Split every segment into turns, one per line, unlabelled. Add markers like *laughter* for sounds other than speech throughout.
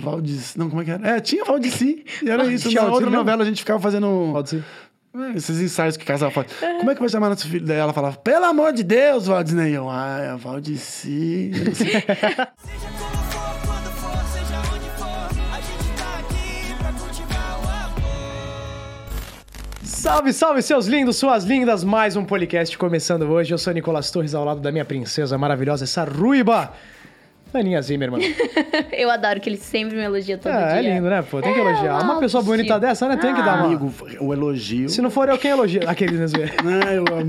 Valdici. Não, como é que era? É, tinha Valdici. E era isso. né?
Tinha
Na outra
Valdici mesmo?
novela a gente ficava fazendo.
Pode ser.
É, Esses ensaios que o casal faz. Como é que vai chamar nosso filho? Daí ela falava, pelo amor de Deus, Valdinei. Eu, ah, é *laughs* Valdici.
Seja como for, quando for, seja onde for, a gente tá aqui pra cultivar o amor.
Salve, salve, seus lindos, suas lindas. Mais um podcast começando hoje. Eu sou Nicolas Torres, ao lado da minha princesa maravilhosa, essa ruiba. Aninha Zimmer, mano.
Eu adoro que ele sempre me elogia *laughs* todo
Ah, é
dia.
lindo, né? Pô, tem que
É,
elogiar.
uma
Uma pessoa bonita dessa,
autoestima.
né? Tem que dar uma.
Amigo, o elogio.
Se não for eu, quem elogia? Aqueles, né? zoeira.
Ah, eu *laughs* amo.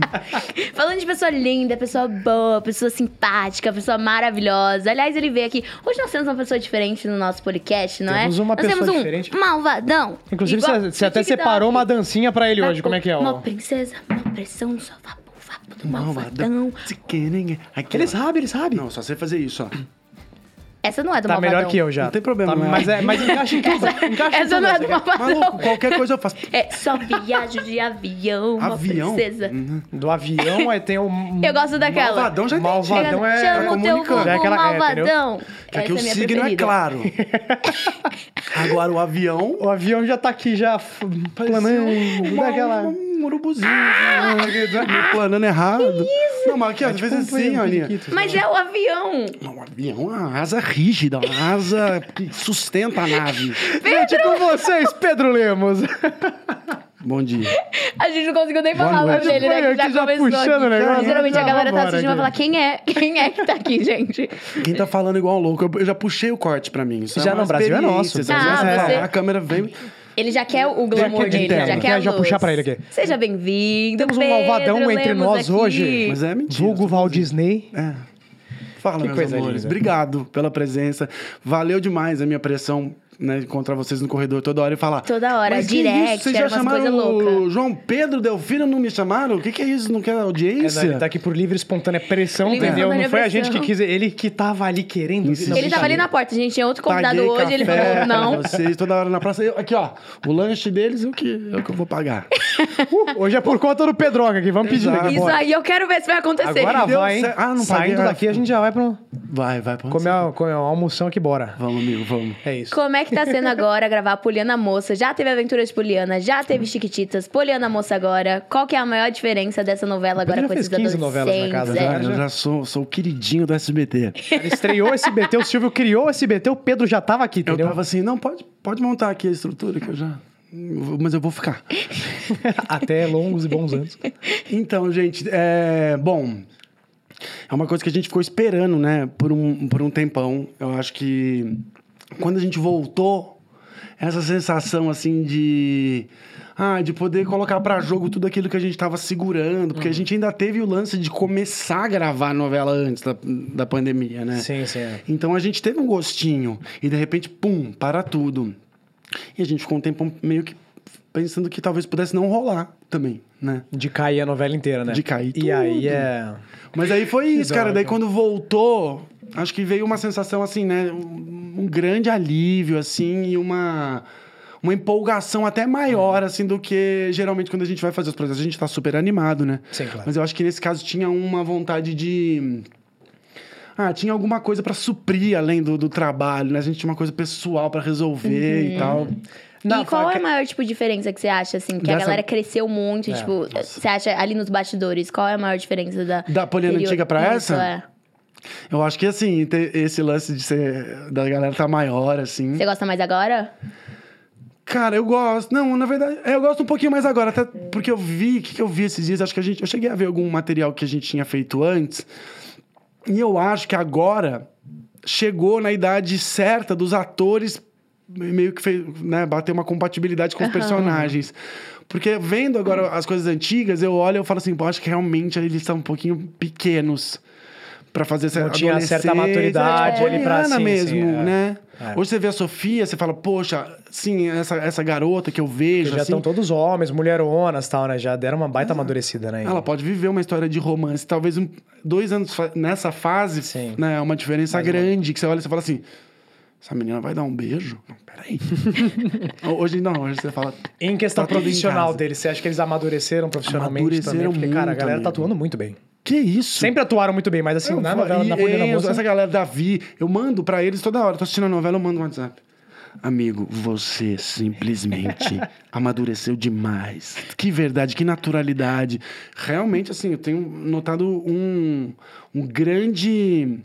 Falando de pessoa linda, pessoa boa, pessoa simpática, pessoa maravilhosa. Aliás, ele veio aqui. Hoje nós temos uma pessoa diferente no nosso podcast, não
Temos
é?
uma
nós
pessoa
temos um
diferente.
malvadão.
Inclusive,
Igual
você você
do
até
TikTok.
separou uma dancinha pra ele hoje.
Vapo,
Como é que é? ó?
Tá Uma princesa, uma pressão, só vapo, vapo do malvadão.
Malvadão. Tiquening. Aquele
Ele sabe, ele sabe.
Não, só sei fazer isso, ó.
Essa não é do
Tá
malvadão.
melhor que eu já.
Não tem problema,
Tá,
não é?
mas, é, mas encaixa
*laughs*
em tudo. Encaixa em
Essa
tudo.
não é
essa
do
aqui.
malvadão.
*laughs* Maluco, qualquer coisa eu faço.
É só viagem de avião, uma
Avião? Uhum.
princesa.
Do avião, aí tem o. um-
Eu gosto daquela.
Malvadão já entendi.
Malvadão é-
Chama
tá
o teu
comunicando.
vovô
É aquela- é, entendeu?
malvadão.
É que
Essa
o
é a minha
signo é
preferida.
claro. *laughs* Agora o avião.
O avião já tá aqui, já f-
é.
planando.
Uma,
daquela.
um urubuzinho. né? planando errado. Não, mas aqui, ó, às vezes
tipo um
assim, ó, Aninha.
periquito.
Mas é o avião.
Não, um avião é uma asa rígida, uma asa que sustenta a nave. é
Gente, com vocês, Pedro *laughs* Lemos.
Bom dia.
A gente não conseguiu nem falar o
noite.
nome dele, né?
Foi,
Que já
aqui já
começou
puxando o
aqui.
negócio.
Geralmente
Então,
a galera tá
vambora,
assistindo e vai falar
gente.
quem é? Quem é que tá aqui, gente?
Quem tá falando igual um louco? Eu- Eu já puxei o corte pra mim. Isso
Já
é uma
não, Brasil é nosso.
experiência,
Ah,
sabe?
você-
A câmera vem.
Ele já quer o glamour
aqui de
dele,
terno.
já quer a
é Quer já
luz.
puxar pra ele aqui.
Seja bem-vindo,
Temos um malvadão
Pedro
entre
Lemos
nós
aqui.
hoje.
Mas é mentira.
Vulgo Walt Disney.
Fala,
Que
meus
coisa
amores.
linda.
Obrigado pela presença. Valeu demais a minha pressão, né? Encontrar vocês no corredor toda hora e falar.
Toda hora,
"Mas que
direct,
isso? Vocês
era
já
umas
chamaram
coisa
o
louca."
João Pedro Delfino, não me chamaram? O que, que é isso? Não quer
É,
audiência?
não, ele tá aqui por livre e espontânea pressão,
Livre e
entendeu? Não
espontânea
foi a gente que
pressão.
quis. Ele que tava ali querendo. um
Insistiu.
Ele tava ali na porta, gente. Tinha outro convidado
Paguei
hoje, ele
café
falou não.
pra Vocês toda hora na praça. Eu- aqui, ó. O lanche deles é o que, é o que eu vou pagar.
Uh, hoje é por conta do Pedroca aqui. Vamos pedir
Exato.
aqui.
Isso
bora.
aí, eu quero ver se vai acontecer.
Agora
Deu
vai, hein?
certo. Ah, não paguei,
Saindo
ah,
daqui, a gente já vai pra um-
Vai, vai, pô.
comer, a, comer uma almoção aqui, bora.
Vamos, amigo, vamos.
É
*laughs*
isso.
Como é que tá sendo agora gravar Poliana Moça? Já teve Aventuras de Poliana, já teve Chiquititas, Poliana Moça agora. Qual que é a maior diferença dessa novela agora
já
com
fez
esses
15
adolescentes?
novelas na casa,
é?
já,
Eu já sou, sou o queridinho do SBT.
Ele estreou o SBT, o Silvio criou o SBT, o Pedro já tava aqui,
Eu
entendeu?
tava assim, não, pode, pode montar aqui a estrutura que eu já. Mas eu vou ficar.
*laughs* Até longos e bons anos.
Então, gente, é. Bom. É uma coisa que a gente ficou esperando, né? Por um, por um tempão. Eu acho que quando a gente voltou, essa sensação assim de. Ah, de poder colocar pra jogo tudo aquilo que a gente tava segurando. Porque a gente ainda teve o lance de começar a gravar a novela antes da, da pandemia, né?
Sim, sim. é.
Então a gente teve um gostinho e de repente, pum, para tudo. E a gente ficou um tempo meio que pensando que talvez pudesse não rolar também, né?
De cair a novela inteira, né?
De cair
E aí
tudo.
é.
Mas aí foi isso, cara.
droga.
Daí quando voltou, acho que veio uma sensação assim, né? Um, um grande alívio, assim, e uma. Uma empolgação até maior, assim, do que geralmente quando a gente vai fazer os projetos. A gente tá super animado, né?
Sim, claro.
Mas eu acho que nesse caso tinha uma vontade de. Ah, tinha alguma coisa pra suprir além do, do trabalho, né? A gente tinha uma coisa pessoal pra resolver
Uhum.
e tal.
Não,
e qual
fala
é
que- É.
a maior, tipo, diferença que você acha, assim? Que a
Dessa-
galera cresceu muito, e, tipo, você acha ali nos bastidores, qual é a maior diferença da...
Da Poliana
anterior?
antiga pra
Isso,
essa?
é.
Eu acho que, assim, ter esse lance de ser. da galera tá maior, assim.
Você gosta mais agora?
Cara, eu gosto. Não, na verdade, eu gosto um pouquinho mais agora, até porque eu vi, o que, que eu vi esses dias? Acho que a gente. Eu cheguei a ver algum material que a gente tinha feito antes. E eu acho que agora chegou na idade certa dos atores meio que fez, né, bater uma compatibilidade com os personagens. Porque vendo agora as coisas antigas, eu olho e eu falo assim, pô, acho que realmente eles estão um pouquinho pequenos pra fazer essa
Não tinha certa
adolescência,
maturidade
é,
ali pra-
Poliana
sim,
mesmo,
sim, é.
né?
É.
Hoje você vê a Sofia, você fala, poxa, sim, essa, essa garota que eu vejo,
Já é
assim, Ah,
estão todos homens, mulheronas e tal, né? Já deram uma baita amadurecida, né?
ela pode viver uma história de romance. Talvez um- dois anos fa- nessa fase,
Sim.
né? É uma diferença
Mais
grande, que você olha e você fala assim, essa menina vai dar um beijo? Não,
*laughs*
peraí. hoje não, hoje você fala...
Em questão
Tá tudo em
profissional
casa.
deles, você acha que eles amadureceram profissionalmente
Amadureceram
também? Porque, cara, a
muito,
galera
amigo.
tá atuando muito bem.
Que isso?
Sempre atuaram muito bem, mas assim,
Eu
na
falo,
novela,
e
na Poliana
Enzo,
Moça...
Essa galera, Davi, eu mando pra eles toda hora. Tô assistindo a novela, eu mando um WhatsApp. Amigo, você simplesmente
*laughs*
amadureceu demais. Que verdade, que naturalidade. Realmente, assim, eu tenho notado um, um grande.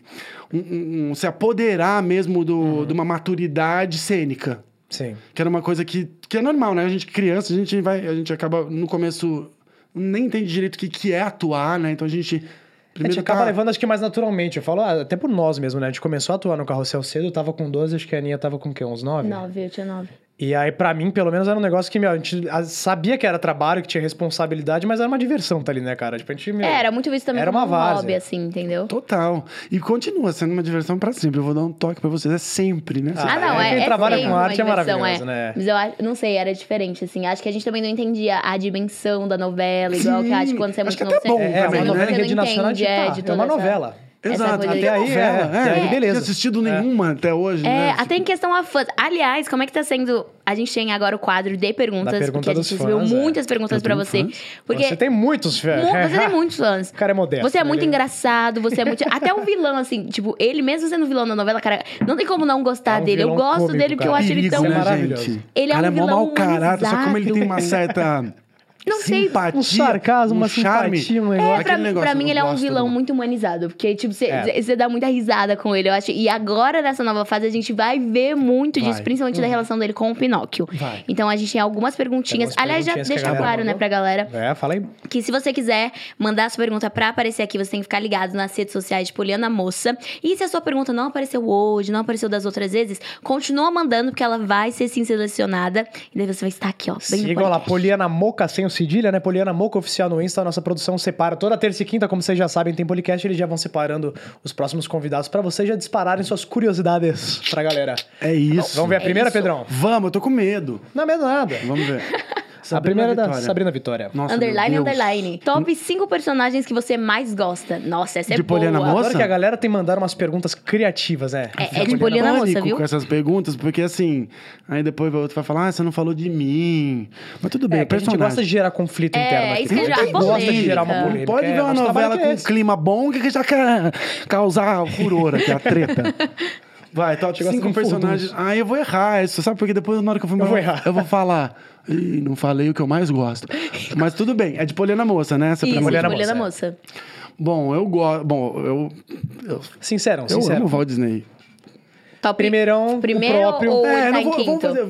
um- um- um se apoderar mesmo do,
Uhum.
de uma maturidade cênica.
Sim.
Que era uma coisa que, que é normal, né? A gente criança, a gente vai, a gente acaba no começo nem entende direito o que, que é atuar, né? Então a gente
a gente
primeiro
acaba
tá-
levando, acho que mais naturalmente. Eu falo, ah, até por nós mesmo, né? A gente começou a atuar no carrossel cedo, eu tava com 12, acho que a Aninha tava com o quê? Uns 9?
Nove, eu tinha nove.
E aí, pra mim, pelo menos, era um negócio que, meu, a gente ah, sabia que era trabalho, que tinha responsabilidade, mas era uma diversão tá ali, né, cara? Tipo, a gente, meu,
É, era muito visto também
era
como
uma
um
várzea.
hobby, assim, entendeu?
Total. E continua sendo uma diversão pra sempre. Eu vou dar um toque pra vocês. É sempre, né?
Ah,
Ah, não,
é,
é.
quem
é
trabalha
sempre
com arte é
uma diversão,
maravilhoso, né?
Mas eu acho- não sei, era diferente, assim. Acho que a gente também não entendia a dimensão da novela, igual que acho que quando você é
Acho
muito
que
novo,
até
você-
bom
é, é
também,
uma
né?
novela em
você não
rede nacional,
entende,
de,
é,
tá,
de
é
toda
uma
essa-
novela.
essa
Exato.
coisa
Até
de-
aí, novela.
é,
É,
é,
Eu
beleza.
Não tinha assistido nenhuma até hoje,
É,
né?
até em
tipo
questão a fãs. Aliás, como é que tá sendo. A gente tem agora o quadro de perguntas,
Da pergunta
porque a
dos
gente recebeu
fãs, é.
muitas perguntas
Eu
pra
tenho
você. Porque
Você tem muitos, velho.
mu-
*laughs*
você tem muitos fãs.
O cara é modesto.
Você é muito
ele-
engraçado, você é muito. Até um vilão, assim, tipo, ele mesmo sendo vilão da novela, cara, não tem como não gostar
É um
dele. Eu
vilão
gosto
cômico,
dele porque eu
cara.
acho ele
Perigo,
tão.
Ele é
né,
maravilhoso.
gente?
Ele é
cara
um
é mó
vilão
mau caráter, só como ele tem uma
humanizado.
certa
*laughs* Não sei.
simpatia,
Um sarcasmo, uma
um charme.
simpatia, um
É,
negócio.
Aquele
pra,
negócio
pra
eu
mim
não
ele é um
gosto,
vilão
não.
muito humanizado, porque, tipo, você
É.
você dá muita risada com ele, eu acho. E agora, nessa nova fase, a gente vai ver muito
Vai.
disso, principalmente
Uhum.
da relação dele com o Pinóquio.
Vai.
Então a gente tem algumas perguntinhas.
Tem algumas
Aliás, já
perguntinhas que a
deixa
galera
claro, né,
mandou.
pra galera,
É, fala aí.
que se você quiser mandar sua pergunta pra aparecer aqui, você tem que ficar ligado nas redes sociais de Poliana Moça. E se a sua pergunta não apareceu hoje, não apareceu das outras vezes, continua mandando, porque ela vai ser sim selecionada. E daí você vai estar aqui, ó. Bem no
Sigam lá,
podcast.
Poliana Moca sem o cedilha, né? Poliana Moca oficial no Insta, a nossa produção separa. Toda terça e quinta, como vocês já sabem, tem podcast, eles já vão separando os próximos convidados pra vocês já dispararem suas curiosidades pra galera.
É isso.
Tá Vamos ver a primeira, Pedrão?
Vamos, eu tô com medo.
Não é medo nada.
Vamos
*laughs*
ver.
a primeira é da
Vitória.
Sabrina Vitória.
Nossa,
underline,
meu Deus.
underline. Top 5 personagens que você mais gosta. Nossa, essa é
De
boa.
Poliana
Adoro
Moça?
que a galera tem mandado umas perguntas criativas, né?
É, é
Fico
de
em
Poliana Moça,
pânico
viu?
com essas perguntas, porque assim, aí depois o outro vai falar, ah, você não falou de mim. Mas tudo bem,
É, que a gente
personagem.
gosta de gerar conflito
É,
interno. aqui.
isso que eu já-
a gente gosta de
polêmica.
gerar uma
Não
polêmica.
então. Pode
é,
ver uma
nosso trabalho
novela
que é
com um
esse.
clima bom que já quer causar furor aqui, a treta. Vai, top
Chegou a ser
cinco
um
personagens. Ah, eu vou errar isso, sabe? Porque depois, na hora que eu for embora,
vou errar.
eu vou falar. Ih, não falei o que eu mais gosto. Mas tudo bem, é de Poliana Moça, né? Essa
Isso, de
pergunta.
Poliana
Poliana,
Moça,
Moça.
Bom, eu gosto. Bom, eu. Eu,
Sincerão,
eu
sincerão.
amo o Walt Disney.
Top
Primeirão, o
primeiro
próprio.
ou
é,
tá
não
em
vou, vamos
quinto?
fazer.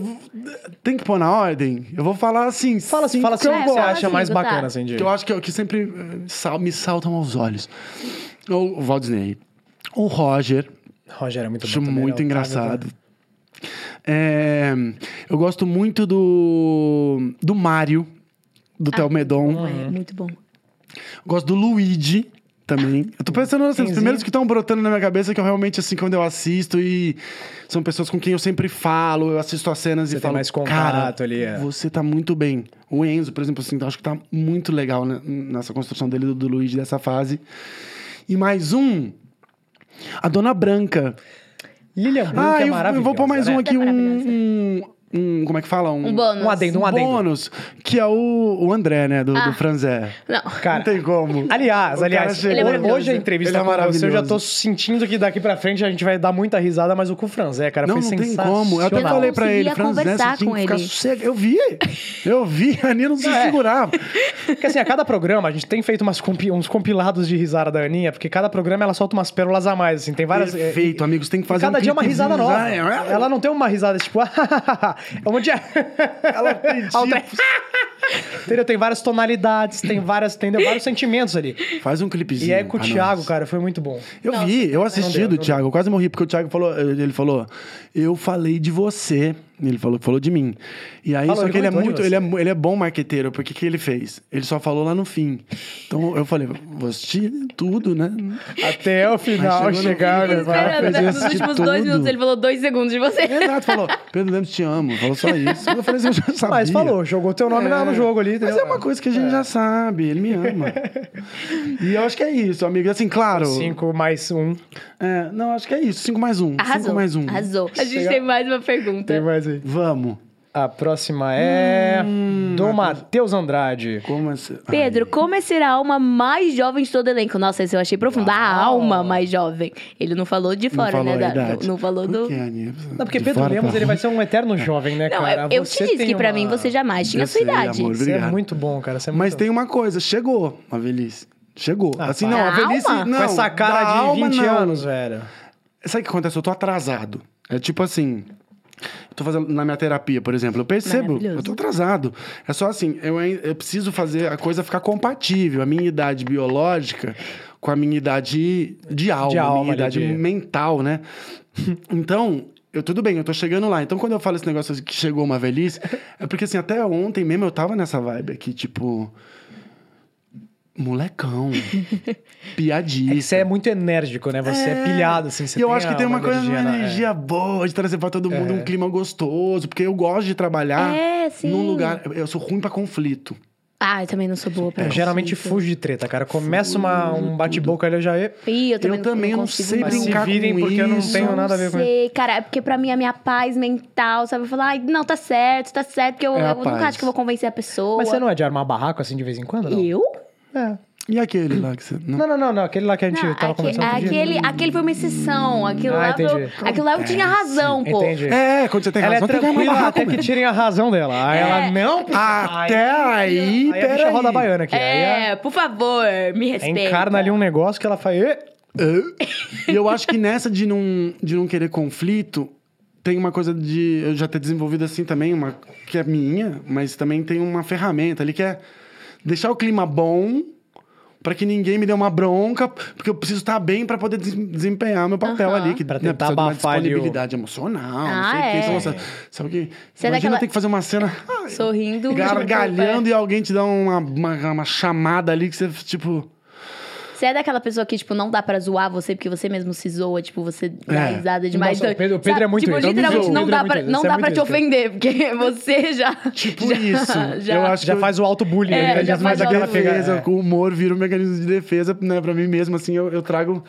Tem que pôr na ordem? Eu vou falar assim.
Fala assim,
cinco
fala
que
assim, o que
eu
você
gosto.
fala
acha mais
cinco, tá.
bacana, assim, de...
Que eu acho que, é o que sempre eh, sal- me saltam aos olhos. O Walt Disney. O Roger.
Roger é muito bom
Acho
também, né?
muito
Otávio
engraçado. É, eu gosto muito do, do Mario, do Theo Medon.
É, muito bom.
Gosto do Luigi também. Eu tô pensando assim, os
Quinzinho.
primeiros que estão brotando na minha cabeça que eu realmente, assim, quando eu assisto e são pessoas com quem eu sempre falo, eu assisto as cenas
Você
e
tem
falo,
mais contato
cara,
ali, é."
você tá muito bem. O Enzo, por exemplo, assim, eu acho que tá muito legal né, nessa construção dele, do, do Luigi, dessa fase. E mais um, a Dona Branca.
Lilian Brink
Ah,
é
eu- eu,
maravilhosa.
vou pôr mais
né?
um aqui,
É maravilhosa.
um, um- um- Como é que fala?
Um bônus.
Um adendo, um adendo.
bônus, que é o, o André, né? Do, do
Ah.
Franzé.
Não.
Não
Cara,
tem como.
aliás,
O cara
aliás,
chegou-
Ele é maravilhoso.
hoje a entrevista
Ele é
com você, eu já tô
maravilhoso.
sentindo que daqui pra frente a gente vai dar muita risada, mas o com o Franzé, cara,
Não,
foi
não tem
sensacional.
como. Eu até falei pra ele,
conseguia
Franzé,
conversar
você tinha
com
que ficar
ele.
sossega. Eu vi, eu vi, a Nina não se
É.
segurava.
Porque assim, a cada programa a gente tem feito umas compi- uns compilados de risada da Aninha, porque cada programa ela solta umas pérolas a mais, assim, tem várias... é,
Perfeito, amigos, tem que fazer
Cada
um
dia é uma
clipezinho,
risada nova.
né?
Ela não tem uma risada tipo. *laughs* é um dia. *laughs*
Ela tem *laughs* tipos.
Outra- Entendeu? Tem várias tonalidades, tem várias, entendeu? Vários sentimentos ali.
Faz um clipezinho.
E aí com o
pra
Thiago,
nós.
cara, foi muito bom.
Eu vi, eu assisti
deu,
do
não
Thiago, eu quase morri, porque o Thiago falou, ele falou, eu falei de você. Ele falou que falou de mim. E aí,
Falou,
só
ele
que ele é
comentou de
muito,
você.
ele é, mu- ele é bom marqueteiro, porque o que ele fez? Ele só falou lá no fim. Então eu falei, vou assistir tudo, né?
Até o
Aí
final
chegou no fim,
chegar. né?
ele espera-
Vai-
fez
*laughs* Esperando,
isso
nos
de
últimos dois
tudo.
minutos ele falou dois segundos de você.
Exato, *laughs* falou, Pedro Lemos, te amo. Falou só isso. Eu falei, assim, eu já sabia.
Ah, Mas falou, jogou teu nome na- no jogo ali.
Mas
entendeu?
é uma coisa que a gente já sabe, ele me
*laughs*
ama. e eu acho que é isso, amigo. Assim, claro.
Cinco mais um.
É, não, acho que é isso. Cinco mais um.
Arrasou.
Cinco mais um.
Arrasou. A gente
Chega-
tem mais uma
Tem
pergunta.
mais aí.
Vamos.
A próxima é.
Hum.
do Matheus Andrade.
Como assim?
Pedro, como é ser a alma mais jovem de todo o elenco? Nossa, esse eu achei profundo. A
Uau.
alma mais jovem. Ele não falou de
Ai, não
fora,
falou
né?
a
da-
idade.
não, não falou
Por
do.
que, Aninha?
Não, porque
De
Pedro
fora tá
Lemos
pra-
ele vai ser um eterno jovem, né,
Não,
cara?
eu, eu te
Você
disse
tem
que pra
uma-
mim você jamais tinha
Eu
a sua
sei,
idade.
amor.
Você é
Obrigado.
muito bom, cara. Você é
Mas
muito-
tem uma coisa, chegou a velhice. Chegou.
Ah,
assim,
pai.
não, a
Da
velhice.
alma?
Não,
Com essa cara
da
de
alma,
20
não.
anos, velho. É
Sabe o que acontece? Eu tô atrasado. É tipo assim. eu Tô fazendo na minha terapia, por exemplo. Eu percebo,
Maravilhoso.
eu tô atrasado. É só assim, eu, ai- eu preciso fazer a coisa ficar compatível. A minha idade biológica com a minha idade de alma,
De
a
alma,
minha idade
Lidia.
mental, né? *laughs* Então, eu tudo bem, eu tô chegando lá. Então, quando eu falo esse negócio assim, que chegou uma velhice, é porque assim, até ontem mesmo eu tava nessa vibe aqui, tipo.
*laughs*
Molecão.
É
piadista.
que você é muito enérgico, né? Você é, pilhado, assim. Você
E eu acho que
a-
tem uma, coisa, uma
na- é.
energia boa de trazer pra todo mundo um clima gostoso, porque eu gosto de trabalhar
É, sim.
num lugar. Eu sou ruim pra conflito.
Ah, eu também não sou boa pra
Eu
isso.
é, geralmente fujo de treta, cara. Começa uma, um bate-boca ali, eu já...
Ih, eu também,
eu também não,
consigo
sei
mais.
se
brincar
virem
com
porque eu não
isso.
tenho nada a ver com
Não sei, cara, é porque pra mim a minha paz mental, sabe? Eu falar, ai, não, tá certo, tá certo, porque eu,
É a
eu nunca
paz.
acho que eu vou convencer a pessoa.
Mas você não é de armar barraco, assim, de vez em quando, não?
Eu?
É.
E aquele lá que você. Não,
Não, não, não, não. Aquele lá que a gente
Não,
tava
aque-
conversando outro dia.
aquele, aquele foi uma exceção. Aquilo,
Ah,
lá, eu,
entendi. É,
aquilo lá eu tinha razão, pô.
Entendi.
É, quando você tem
Ela é
razão, tem que armar
tranquila
barraco
até que
mesmo.
tirem a razão dela. Aí
É.
ela, não...
Até aí,
Aí a bicha
peraí.
roda baiana aqui. Aí
É, por favor, me
a-
respeita.
encarna ali um negócio que ela faz... "Ê,
E eu acho que nessa de não, de não querer conflito, tem uma coisa de eu já ter desenvolvido assim também, uma que é minha, mas também tem uma ferramenta ali que é deixar o clima bom pra que ninguém me dê uma bronca, porque eu preciso estar bem pra poder des- desempenhar meu papel
Aham.
ali, que
Pra
né,
tentar
precisa de uma
abafar ali o-
disponibilidade emocional,
Ah,
não sei o que.
é.
Então, nossa, sabe o que?
Você
Imagina
é daquela- né?
ter que fazer uma cena ai,
Sorrindo.
gargalhando e alguém te dá uma, uma, uma chamada ali que você, tipo...
Você é daquela pessoa que, tipo, não dá pra zoar você porque você mesmo se zoa, tipo, você dá
É.
risada demais.
Nossa, o Pedro- o Pedro é muito
tipo,
isso. Eu me
literalmente
zoo, o
não
Pedro é
dá
muito
pra,
isso,
não
isso é
dá
muito
pra te
isso.
ofender, porque *laughs* você já.
Tipo
já-
isso.
*laughs* já-
Eu acho que
Já
eu-
faz o auto-bullying.
É,
né?
já
Já faz
faz o
aquela
auto-bullying.
pegada.
defesa,
é.
o humor vira um mecanismo de defesa, né, pra mim mesmo, assim, eu, eu trago,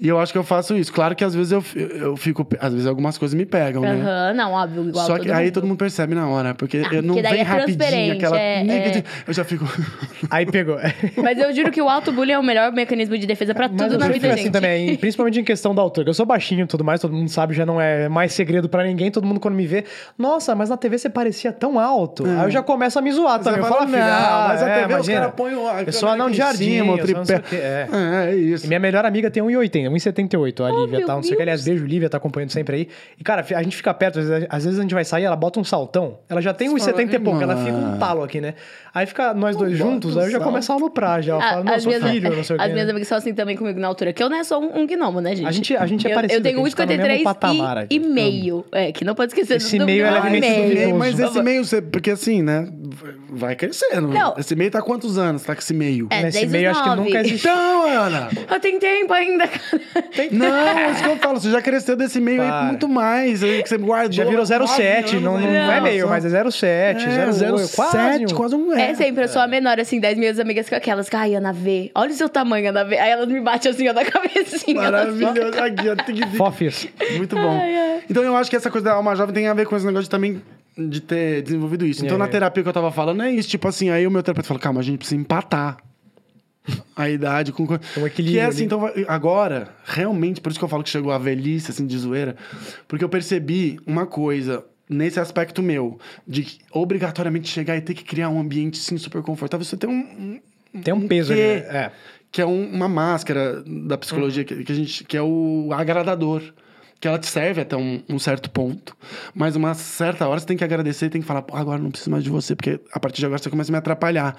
e eu acho que eu faço isso. Claro que às vezes eu, eu eu fico, às vezes algumas coisas me pegam, né?
Aham, não, óbvio, igual.
Só que aí todo mundo percebe na hora, porque eu não
porque daí
vem
é
rapidinho
transparente,
aquela.
é- é.
Eu já fico. *laughs*
Aí pegou. *laughs*
Mas eu juro que o auto-bullying é o melhor mecanismo de defesa pra
Mas
Tá tudo
eu
na
sempre
vida,
fui
gente.
assim também, em- principalmente em questão da altura. que Eu sou baixinho e tudo mais, todo mundo sabe, já não é mais segredo pra ninguém. Todo mundo quando me vê, nossa, mas na TV você parecia tão alto. Aí eu já começo a me zoar também. Eu falo,
fala,
"Ah,
mas a
é,
TV os
imagina,
caras põem o. a
Eu sou
câmera
anão
aqui
de
em
jardim,
cima, o
eu sou não sei o
tripé.
quê, é.
É, é
E um
isso.
minha melhor amiga tem 1,80, 1,78, a Lívia,
Oh, meu
tá? Não sei o que, aliás, beijo, Lívia, tá acompanhando sempre aí. E, cara, a gente fica perto, às vezes, às vezes a gente vai sair, ela bota um saltão, ela já tem
Você
1,70 e
fala,
pouco, ela
"Ih,
fica um
mano."
talo aqui, né? Aí fica nós dois
bota
juntos,
um
aí eu já
salto.
começo a aloprar já. Ela
A-
fala, não, eu
as
sou
minhas,
filho, não sei o
*laughs* as
que.
minhas amigas são assim também comigo na altura, que eu não é só um, um gnomo, né, gente?
A gente- a gente é
eu,
parecido,
Eu tenho
que a gente tá no mesmo
1,53
patamar
e,
aqui. então.
e meio. É, que não pode esquecer
Esse
do
meio é
gnomo e
levemente
meio.
duvidoso.
mas esse
Vamos-
meio, você- porque assim, né? Vai crescendo.
Não.
Esse meio tá há quantos anos? Tá com esse meio?
É,
Nesse
10
meio, acho que
nove.
nunca existiu.
Então, Ana!
Eu tenho tempo ainda, cara.
Não, é isso que eu falo. Você já cresceu desse meio
Para.
aí muito mais. Aí que você guardou.
Já virou 07,
nove
não, não,
anos,
é
né?
meio, mas é 07,
É,
08, quase.
07,
um.
quase um
É,
é.
sempre, eu sou a menor, assim, das minhas amigas que aquelas. que, Ai, Ana V, olha o seu tamanho, Ana V. Aí elas me batem assim, ó, da *laughs* cabecinha.
Maravilhoso. Aqui, ó, tem que ver.
Fofis.
Muito bom. Então eu acho que essa coisa da alma jovem tem a ver com esse negócio de também de ter desenvolvido isso. Então
É.
na terapia que eu tava falando é isso. Tipo assim, aí o meu terapeuta falou, calma, a gente precisa empatar. A idade com... co-
Um equilíbrio
Que é
ali.
assim, então vai- agora, realmente, por isso que eu falo que chegou a velhice, assim, de zoeira. Porque eu percebi uma coisa nesse aspecto meu. De que obrigatoriamente chegar e ter que criar um ambiente, assim, super confortável. Você tem um- um...
Tem um peso ali.
quê?
né? É.
Que é um- uma máscara da psicologia que, que a gente... Que é o agradador. Que ela te serve até um, um certo ponto. Mas uma certa hora você tem que agradecer, tem que falar, "Pô, agora não preciso mais de você, porque a partir de agora você começa a me atrapalhar.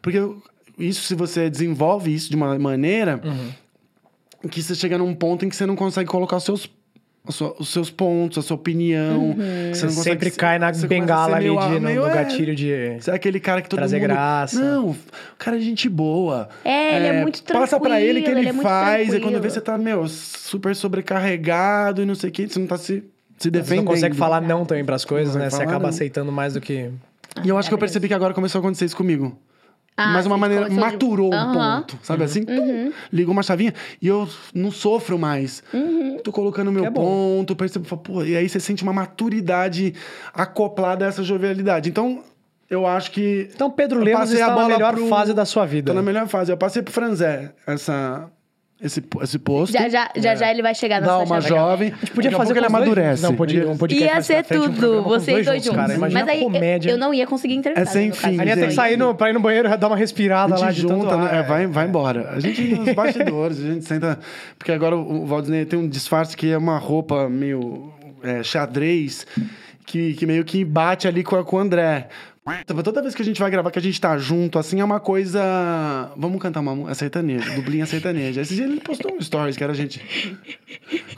Porque eu- isso, se você desenvolve isso de uma maneira
Uhum.
que você chega num ponto em que você não consegue colocar os seus, a sua- os seus pontos, a sua opinião. que Você,
Você
não consegue-
Uhum. sempre cai na
você começa a
bengala
ser
ali,
meio-
de, no,
meio,
no
é,
gatilho de...
Você é aquele cara que todo
Trazer
mundo...
graça.
Não, o cara é gente boa.
É, ele é muito
Passa pra ele que
tranquilo,
ele,
ele é muito
faz. E quando
tranquilo.
vê, você tá, meu, super sobrecarregado e não sei o que. Você não tá se, se defendendo.
Você não consegue falar não também pras coisas,
Não vai
né? Você
falar
acaba
não.
aceitando mais do que...
E eu acho que eu percebi que agora começou a acontecer isso comigo.
é Ah,
Mas uma
você
maneira
começou de-
maturou um
Aham. Uhum.
ponto, sabe
Uhum.
assim? Pum, Ligou uma chavinha e eu não sofro mais.
Uhum.
Tô colocando meu
Que é bom.
ponto, percebo, falo, pô, e aí você sente uma maturidade acoplada a essa jovialidade. Então, eu acho que.
Então, Pedro
Eu
Lemos
passei
está
a
na
bola
melhor
pro-
fase da sua vida.
Tô na melhor fase. Eu passei pro Franzé essa, esse, esse posto.
Já já, já, já ele vai chegar na
Dá
sua
uma
chave.
jovem.
A gente podia
Daqui a
fazer
pouco ele
com os dois-
amadurece.
Não, podia, um podcast
Ia
mais pra
ser
frente, um
tudo,
programa com os
vocês dois juntos.
Cara. Imagina
Mas aí
a comédia.
eu não ia conseguir entrevistar.
É sem
no caso.
fim,
A Aninha tem que
gente.
sair no, pra ir no banheiro dar uma
A
respirada
gente
lá de tanto
junta,
ar.
né? É, vai, vai embora. A gente nos bastidores, a gente senta. Porque agora o o Walt Disney tem um disfarce que é uma roupa meio é, xadrez, que, que meio que bate ali com, a- com o André. Tipo, Toda vez que a gente vai gravar, que a gente tá junto, assim, é uma coisa. Vamos cantar uma música sertaneja, dublinha sertaneja. Esse dia ele postou um stories que era a gente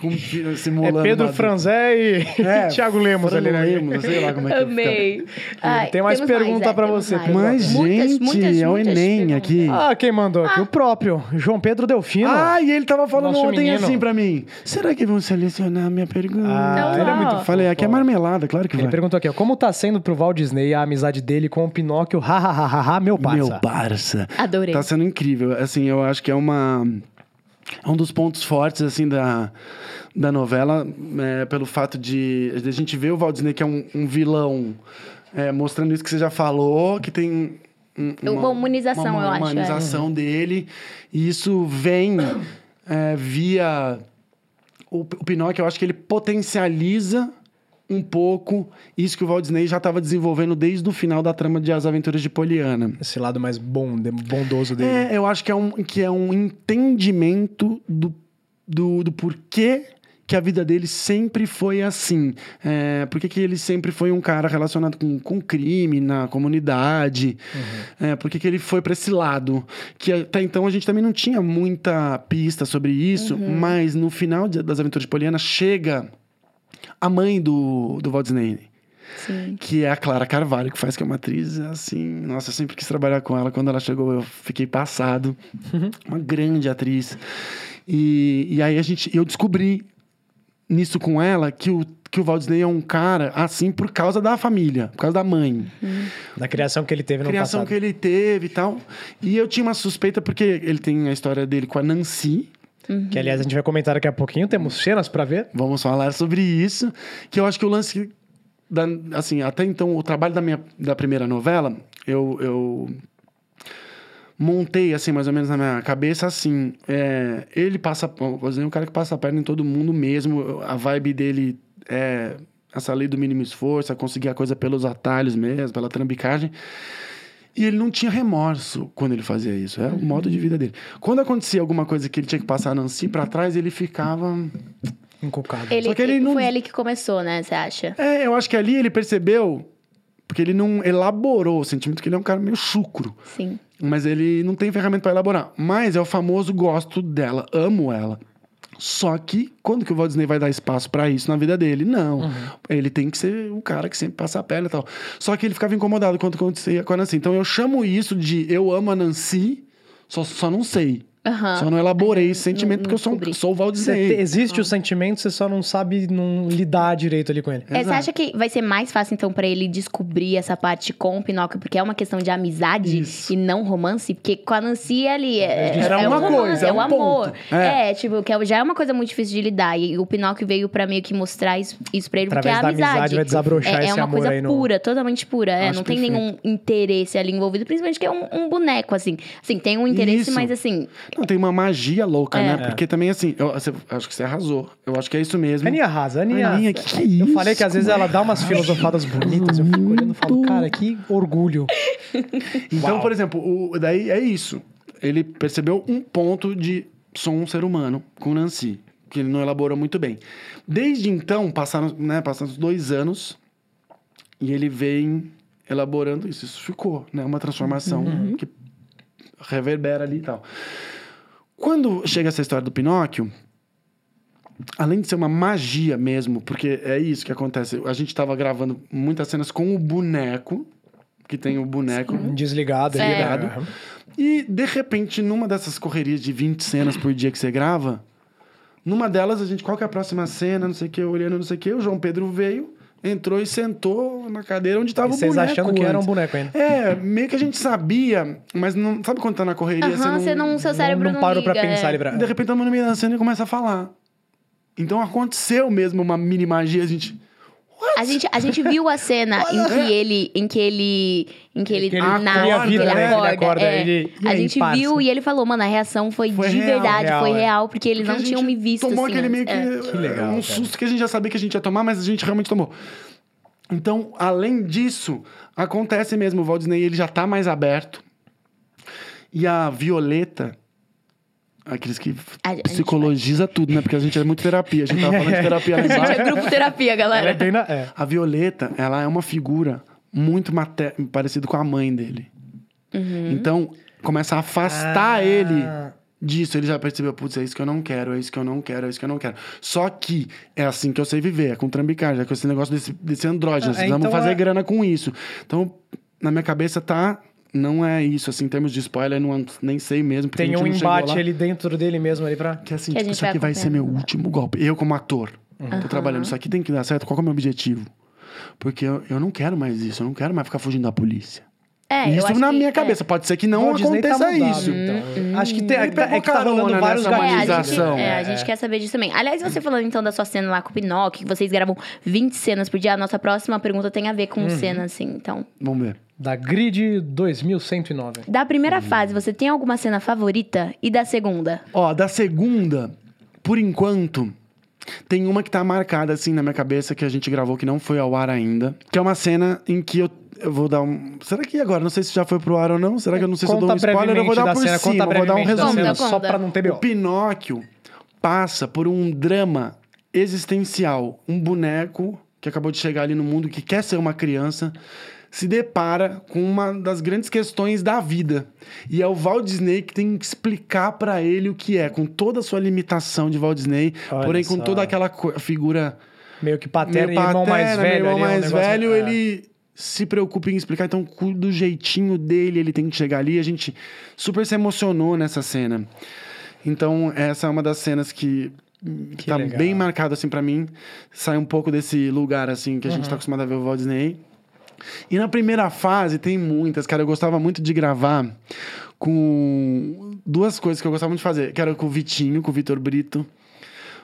com- simulando.
É Pedro
uma-
Franzé e
É,
*laughs* Thiago Lemos
Fran
ali, né?
Lemos, sei lá como é que fica.
Amei. Ai,
Tem mais
temos
pergunta
é,
pra
temos
você,
mais.
Pedro.
Mas,
Muitas,
gente,
muitas,
é o
muitas
Enem
perguntas.
aqui.
Ah, quem mandou aqui? O próprio, João Pedro Delfino.
Ah, e ele tava falando
Nosso
ontem
menino.
assim pra mim. Será que vão selecionar a minha pergunta?
Ah,
ele é muito
Eu Falei, aqui é marmelada, claro que
Ele
vai.
perguntou aqui, ó, como tá sendo pro Walt Disney a amizade dele com o Pinóquio? Ha, ha, ha, ha, ha, meu parça.
Meu parça.
Adorei.
Tá sendo incrível. Assim, eu acho que é uma... É um dos pontos fortes, assim, da, da novela, é, pelo fato de, de a gente ver o Walt Disney, que é um, um vilão, é, mostrando isso que você já falou, que tem... um-
Uma humanização, eu acho, é.
Uma humanização dele. E isso vem é, via... o, o Pinóquio, eu acho que ele potencializa um pouco isso que o Walt Disney já estava desenvolvendo desde o final da trama de As Aventuras de Poliana.
Esse lado mais bom, de- bondoso dele.
É, eu acho que é um, que é um entendimento do, do, do porquê que a vida dele sempre foi assim. É, Por que que ele sempre foi um cara relacionado com, com crime na comunidade? É, por que que ele foi para esse lado? Que até então a gente também não tinha muita pista sobre isso, mas no final de- das Aventuras de Poliana chega a mãe do, do Walt Disney
Sim.
que é a Clara Carvalho, que faz que é uma atriz assim. Nossa, eu sempre quis trabalhar com ela. Quando ela chegou, eu fiquei passado. Uma grande atriz. E, e aí a gente, eu descobri nisso com ela que o, que o Walt Disney é um cara assim por causa da família, por causa da mãe
Da criação que ele teve no
criação
passado.
que ele teve e tal. E eu tinha uma suspeita, porque ele tem a história dele com a Nancy.
Que... aliás, a gente vai comentar daqui a pouquinho. Temos cenas pra ver.
Vamos falar sobre isso. Que eu acho que o lance. Da, assim, até então, o trabalho da, minha, da primeira novela, eu, eu montei, assim, mais ou menos na minha cabeça, assim. é, ele passa. Vou dizer, é um cara que passa a perna em todo mundo mesmo. A vibe dele é essa lei do mínimo esforço, é conseguir a coisa pelos atalhos mesmo, pela trambicagem. E ele não tinha remorso quando ele fazia isso. É o modo de vida dele. Quando acontecia alguma coisa que ele tinha que passar a Nancy pra trás, ele ficava.
Encucado.
Ele,
Só que ele não-
Foi ele que começou, né, você acha?
É, eu acho que ali ele percebeu, porque ele não elaborou o sentimento que ele é um cara meio chucro.
Sim.
Mas ele não tem ferramenta pra elaborar. Mas é o famoso gosto dela, amo ela. Só que quando que o Walt Disney vai dar espaço pra isso na vida dele? Não.
Uhum.
Ele tem que ser o cara que sempre passa a perna e tal. Só que ele ficava incomodado quando acontecia com a Nancy. Então eu chamo isso de eu amo a Nancy, só, só não sei.
Aham.
Só não elaborei esse
Não-
sentimento,
Ah. não
porque eu sou, um-
descobri.
sou o Walt
Você
Disney.
te- existe o sentimento, você só não sabe não lidar direito ali com ele.
É, você
Exato.
acha que vai ser mais fácil, então, pra ele descobrir essa parte com o Pinóquio? Porque é uma questão de amizade
Isso.
e não romance? Porque com a Nancy ali é,
Era
é
uma
um romance,
coisa,
é
um
um amor.
ponto. É.
É. tipo, que é- já é uma coisa muito difícil de lidar. E o Pinóquio veio pra meio que mostrar isso, isso pra ele,
Através
porque é
da
a amizade.
amizade vai desabrochar
é, é
esse
uma
amor
coisa
aí no-
pura, totalmente pura. É,
Acho
não tem
perfeito.
nenhum interesse ali envolvido, principalmente que é um, um boneco, assim. Assim, tem um interesse,
Isso.
mas assim,
Não, tem uma magia louca,
É.
né? Porque também, assim, eu, você- acho que você arrasou. Eu acho que é isso mesmo.
Aninha arrasa, Aninha.
Aninha, que que é
Eu falei
isso?
que às vezes ela dá umas filosofadas bonitas, eu fico olhando e falo, cara, que orgulho.
Então,
Uau.
por exemplo, o, daí é isso. Ele percebeu um ponto de sou um ser humano com Nancy, que ele não elaborou muito bem. Desde então, passaram, né, passaram os dois anos e ele vem elaborando isso. Isso ficou, né? Uma transformação que reverbera ali e tal. Quando chega essa história do Pinóquio, além de ser uma magia mesmo, porque é isso que acontece. A gente tava gravando muitas cenas com o boneco, que tem o boneco.
Desligado. ali,
Desligado.
né?
E, de repente, numa dessas correrias de 20 cenas por dia que você grava, numa delas a gente, qual que é a próxima cena, não sei o que, olhando, não sei o que, o João Pedro veio, entrou e sentou na cadeira onde tava
E
o
vocês
boneco.
achando que era um
antes.
boneco ainda.
É, meio que a gente sabia, mas não sabe quando tá na correria,
aham,
você não...
você não, seu cérebro
não, não
não,
paro pra
liga, é.
pensar ali pra...
De repente, estamos no meio da cena e começa a falar. Então, aconteceu mesmo uma mini magia, a gente...
A gente, a gente viu a cena em que ele. Em que ele. Em que ele,
Que ele
nasce,
cria a vida,
que ele
né?
acorda.
Ele acorda,
é.
ele- e
a
aí,
gente
parça?
viu e ele falou, mano, a reação foi,
Foi
de
real,
verdade,
real,
foi
é.
real, porque eles
Porque a
não
gente
tinham me visto.
Tomou
assim,
aquele meio que. *laughs*
antes. É.
Que legal,
Um
cara.
susto que a gente já sabia que a gente ia tomar, mas a gente realmente tomou. Então, além disso, acontece mesmo. O Walt Disney ele já tá mais aberto. E a Violeta. Aqueles que
A gente
psicologiza tudo, né? Porque a gente é muito terapia. A gente tava falando de terapia lá
A gente
embaixo.
*laughs* é grupo terapia,
Ela
*laughs*
é
galera.
bem na- é.
A Violeta, ela é uma figura muito mate- parecida com a mãe dele.
Hum.
Então, começa a afastar
Ah.
ele disso. Ele já percebeu, putz, é isso que eu não quero, é isso que eu não quero, é isso que eu não quero. Só que é assim que eu sei viver, é com trambicagem, é com esse negócio desse, desse andrógeno.
Ah,
Vocês vamos
então
fazer
é-
grana com isso. Então, na minha cabeça tá... Não é isso, assim, em termos de spoiler, não, nem sei mesmo. porque a
Tem
gente
um
não chegou
embate
lá.
ali dentro dele mesmo ali pra.
Que assim,
Que a
tipo,
gente
isso
vai
aqui vai ser meu
acompanhando.
último golpe. Eu, como ator, tô trabalhando. Isso aqui tem que dar certo. Qual que é o meu objetivo? Porque eu, eu não quero mais isso. Eu não quero mais ficar fugindo da polícia.
É, eu
isso
acho
na
que-
minha
é.
cabeça. Pode ser que não
Walt Disney tá
aconteça
mudado,
isso.
então. Acho que tem, é, que tá-
pegou
é que tá rolando
carona
vários
nessa
Hum, É, a
gatilhos.
gente,
humanização.
é, a gente quer saber disso também. Aliás, você falando então da sua cena lá com o Pinóquio, que vocês gravam 20 cenas por dia, a nossa próxima pergunta tem a ver
Uhum.
com cena, assim. Então,
Vamos ver.
Da Grid 2109.
da
Uhum.
primeira fase, você tem alguma cena favorita? E da segunda?
Ó, da segunda, por enquanto, tem uma que tá marcada assim na minha cabeça que a gente gravou que não foi ao ar ainda. Que é uma cena em que eu, eu vou dar um. Será que agora? Não sei se já foi pro ar ou não. Será que eu não sei se eu dou um
Conta
spoiler? Eu vou
brevemente
dar
da
por
cena,
cima,
conta
vou dar um
brevemente da
resumo.
cena,
Conta,
só
conta.
pra não ter
O
B.O.
Pinóquio passa por um drama existencial. Um boneco que acabou de chegar ali no mundo, que quer ser uma criança, se depara com uma das grandes questões da vida. E é o Walt Disney que tem que explicar pra ele o que é, com toda a sua limitação de Walt Disney,
Olha
porém com
só.
toda aquela co- figura
Meio que paterno e irmão mais
paterna,
velho.
Meu irmão
ali, é um
mais
negócio-
velho,
é.
ele se preocupa em explicar. Então, cu- do jeitinho dele, ele tem que chegar ali. A gente super se emocionou nessa cena. Então, essa é uma das cenas que, que tá
legal.
bem marcado, assim, pra mim. Sai um pouco desse lugar, assim, que a gente tá acostumado a ver o Walt Disney. E na primeira fase tem muitas, cara. Eu gostava muito de gravar com duas coisas que eu gostava muito de fazer, que era com o Vitinho, com o Vitor Brito.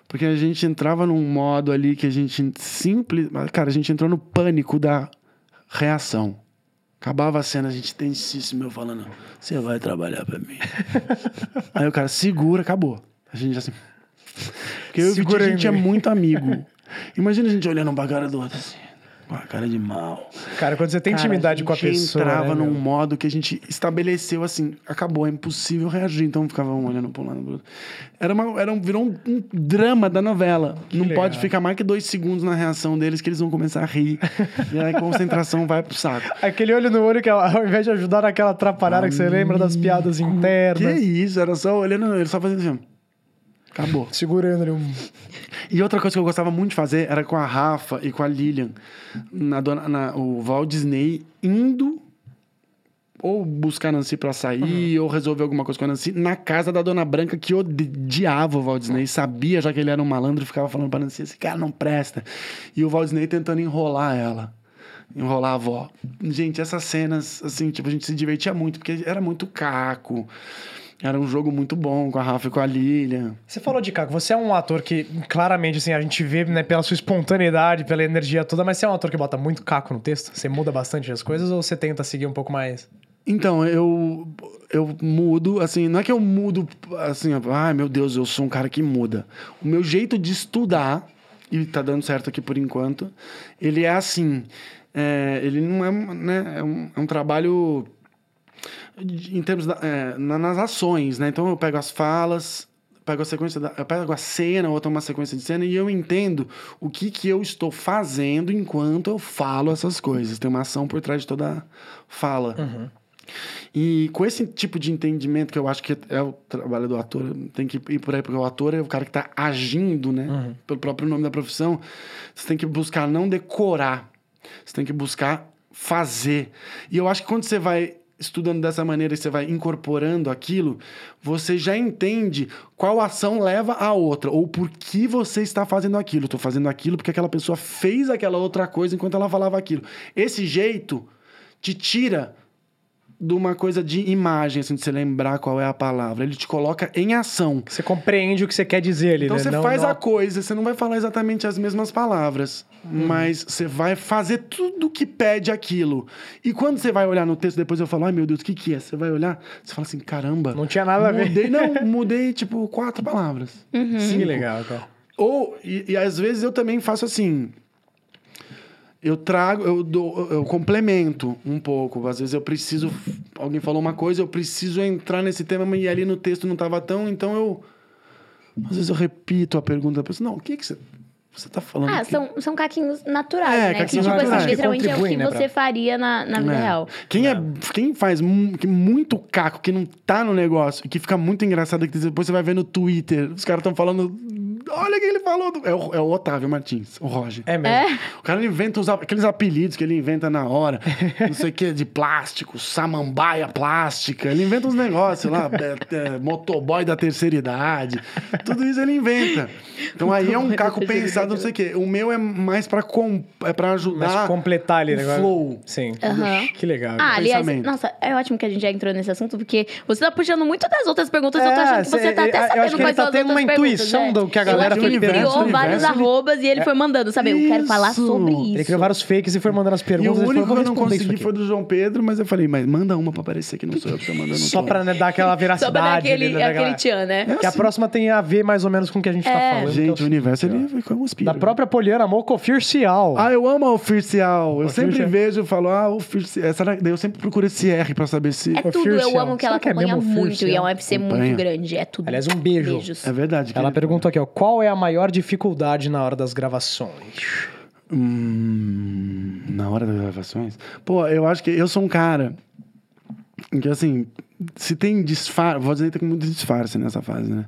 Porque a gente entrava num modo ali que a gente simples. Cara, a gente entrou no pânico da reação. Acabava a cena, a gente tensíssimo, eu falando, você vai trabalhar pra mim. Aí o cara, segura, acabou. A gente assim. Porque eu e o Vitinho,
Segura
a
aí,
gente é
meu.
muito amigo. Imagina a gente olhando um pra cara do outro assim, com a cara de mal.
Cara, quando você tem
Cara,
intimidade com a
gente
pessoa.
entrava
né,
num
meu?
modo que a gente estabeleceu assim, acabou, é impossível reagir. Então ficava um olhando pra um lado pro outro. Era uma, era um, virou um, um drama da novela. Não
legal.
pode ficar mais que dois segundos na reação deles que eles vão começar a
*laughs*
rir. e aí a concentração vai pro saco.
Aquele olho no olho que *laughs* ao invés de ajudar naquela atrapalhada que você lembra das piadas
Que
internas.
isso, era só olhando, ele só fazendo assim. ó. Acabou.
Segurando ali um.
E outra coisa que eu gostava muito de fazer era com a Rafa e com a Lilian. Na dona, na- o Walt Disney indo ou buscar a Nancy pra sair, ou resolver alguma coisa com a Nancy, na casa da Dona Branca, que odiava o Walt Disney, sabia já que ele era um malandro, e ficava falando pra Nancy, esse cara não presta. E o Walt Disney tentando enrolar ela. Enrolar a avó. Gente, essas cenas, assim, tipo, a gente se divertia muito, porque era muito caco. Era um jogo muito bom com a Rafa e com a Lilian.
Você falou de Caco, você é um ator que, claramente, assim, a gente vê né, pela sua espontaneidade, pela energia toda, mas você é um ator que bota muito Caco no texto? Você muda bastante as coisas ou você tenta seguir um pouco mais?
Então, eu, eu mudo, assim, não é que eu mudo, assim, ai meu Deus, eu sou um cara que muda. O meu jeito de estudar, e tá dando certo aqui por enquanto, ele é assim. é, ele não é, um, né, é, um, é um trabalho de- em termos da- é, na- nas ações, né? Então eu pego as falas, pego a sequência, da, eu pego a cena, ou tomo uma sequência de cena e eu entendo o que que eu estou fazendo enquanto eu falo essas coisas. Tem uma ação por trás de toda fala. E com esse tipo de entendimento que eu acho que é o trabalho do ator, tem que ir por aí, porque o ator é o cara que tá agindo, né? Pelo próprio nome da profissão, você tem que buscar não decorar, você tem que buscar fazer. E eu acho que quando você vai estudando dessa maneira e você vai incorporando aquilo, você já entende qual ação leva a outra, ou por que você está fazendo aquilo. Estou fazendo aquilo porque aquela pessoa fez aquela outra coisa enquanto ela falava aquilo. Esse jeito te tira de uma coisa de imagem, assim, de você lembrar qual é a palavra. Ele te coloca em ação.
Você compreende o que você quer dizer ali,
Então
né?
você
Não-
faz
não-
a coisa, você não vai falar exatamente as mesmas palavras,
Uhum.
mas você vai fazer tudo que pede aquilo. E quando você vai olhar no texto, depois eu falo, ai meu Deus, o que, que é? Você vai olhar, você fala assim, caramba.
Não tinha nada a ver.
*laughs* mudei, Não, mudei tipo quatro palavras.
Que legal, cara.
Ou, e, e às vezes eu também faço assim. Eu trago, eu, dou, eu complemento um pouco. Às vezes eu preciso. Alguém falou uma coisa, eu preciso entrar nesse tema, mas ali no texto não estava tão, então eu. Às vezes eu repito a pergunta da pessoa. Não, o que, que você, você tá falando?
Ah,
aqui?
são, são caquinhos naturais,
É,
né?
caquinhos
que, tipo
naturais.
assim, literalmente é o
Contribuem,
que
né, pra-
você faria na, na vida
É.
real.
Quem, é, quem faz mu- que muito caco, que não tá no negócio, e que fica muito engraçado, que depois você vai ver no Twitter, os caras estão falando. Olha quem ele falou. do-" É o, é o Otávio Martins, o Roger.
É mesmo.
O cara ele inventa os, a- aqueles apelidos que ele inventa na
*laughs*
hora. Não sei o que, de plástico, samambaia plástica. Ele inventa uns negócios
*laughs*
lá, é, é, motoboy da terceira idade. Tudo isso ele inventa. Então aí é um
Motoboy da
caco
terceira
pensado, não sei o quê. O meu é mais pra, com, é pra ajudar.
Mas completar ali o
o
negócio.
flow.
Sim.
Aham.
Que legal.
Ah, aliás,
pensamento.
nossa, é ótimo que a gente já entrou nesse assunto, porque você tá puxando muito das outras perguntas,
É,
eu tô achando que você tá
cê-
até
eu
sabendo
acho que ele
quais
tá
são as
tendo
outras
uma
perguntas,
intuição
é.
do que a
eu
galera
acho que ele
foi
criou
perguntando.
vários
Universo, ele-
arrobas e ele foi mandando, sabe? Eu quero falar
Isso.
sobre
Ele
isso.
É. Ele criou vários fakes e foi mandando as
E
perguntas.
o
ele falou,
único
"Vou
que eu não
responder isso
consegui
aqui."
foi do João Pedro, mas eu falei, mas manda uma pra parecer que não sou eu que tô mandando.
Só
todas.
pra né, dar aquela
*laughs* Só pra dar
veracidade.
aquele,
ali, né, da
aquele
galera.
tchan, né?
Que a próxima tem a ver mais ou menos com o que a gente tá falando. que é
Gente, o universo, ele ficou um
Da própria Poliana Mocofircial.
Ah, eu amo a oficial. Eu
Oficial.
sempre vejo e falo, ah, oficial. Será que- daí eu sempre procuro esse R pra saber se.
É
O
tudo, eu
Fierce,
amo que ela
será que é
acompanha
mesmo o
muito
Fierce,
e é um
ela?
UFC
Acompanha.
muito grande, é tudo.
Aliás, um beijo.
Beijos.
É verdade.
Ela
querido.
perguntou aqui, ó. Qual é a maior dificuldade na hora das gravações?
Hum, na hora das gravações? Pô, eu acho que eu sou um cara que, assim, se tem disfarce. Vou dizer que tem muito disfarce nessa fase, né?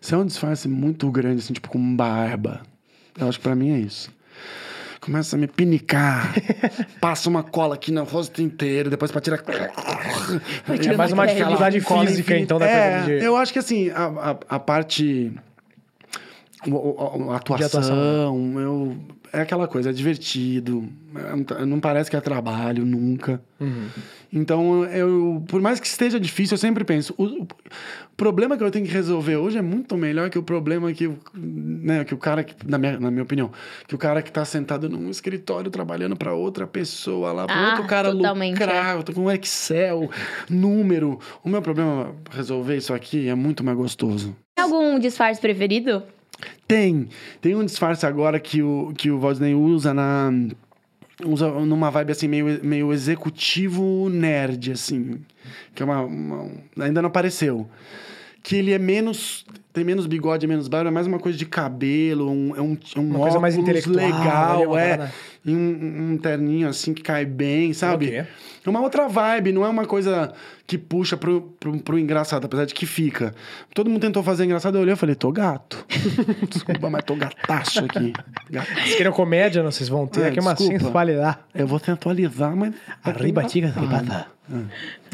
Se é um disfarce muito grande, assim, tipo com barba, eu acho que pra mim é isso. Começa a me *laughs* pinicar, passa uma cola aqui no rosto inteiro, depois pra tirar.
tirando
É mais uma
aquela
dificuldade
cola
física,
infinita.
então, da
É,
coisa de. Eu acho que, assim, a, a, a parte. o- o- o- a
De
atuação, eu, é aquela coisa, é divertido, é um tra- não parece que é trabalho nunca. Então, eu, por mais que esteja difícil, eu sempre penso, o, o problema que eu tenho que resolver hoje é muito melhor que o problema que, o- né, que o cara, que, na, minha, na minha opinião, que o cara que tá sentado num escritório trabalhando para outra pessoa lá, para
Ah,
outro cara
totalmente, é.
lucrar, eu tô com um Excel, número. O meu problema, resolver isso aqui é muito mais gostoso.
Tem algum disfarce preferido?
Tem. Tem um disfarce agora que o, que o Vosney usa na. Usa numa vibe assim, meio, meio executivo nerd, assim. Que é uma, uma- Ainda não apareceu. Que ele é menos. Tem menos bigode, menos barba, é mais uma coisa de cabelo, um, é um, é um
Uma coisa mais
óculos
intelectual, ali,
legal,
uma
é.
parada.
E um, um terninho assim que cai bem, sabe?
Ok.
É uma outra vibe, não é uma coisa que puxa pro, pro, pro engraçado, apesar de que fica. Todo mundo tentou fazer engraçado, eu olhei e falei, tô gato. *laughs* desculpa, mas tô gataço aqui. Gataço.
Vocês queriam comédia? Não, vocês vão ter
É,
aqui uma
desculpa.
sensualidade.
Eu vou sensualizar, mas.
Arriba, tiga,
Ah,
arriba.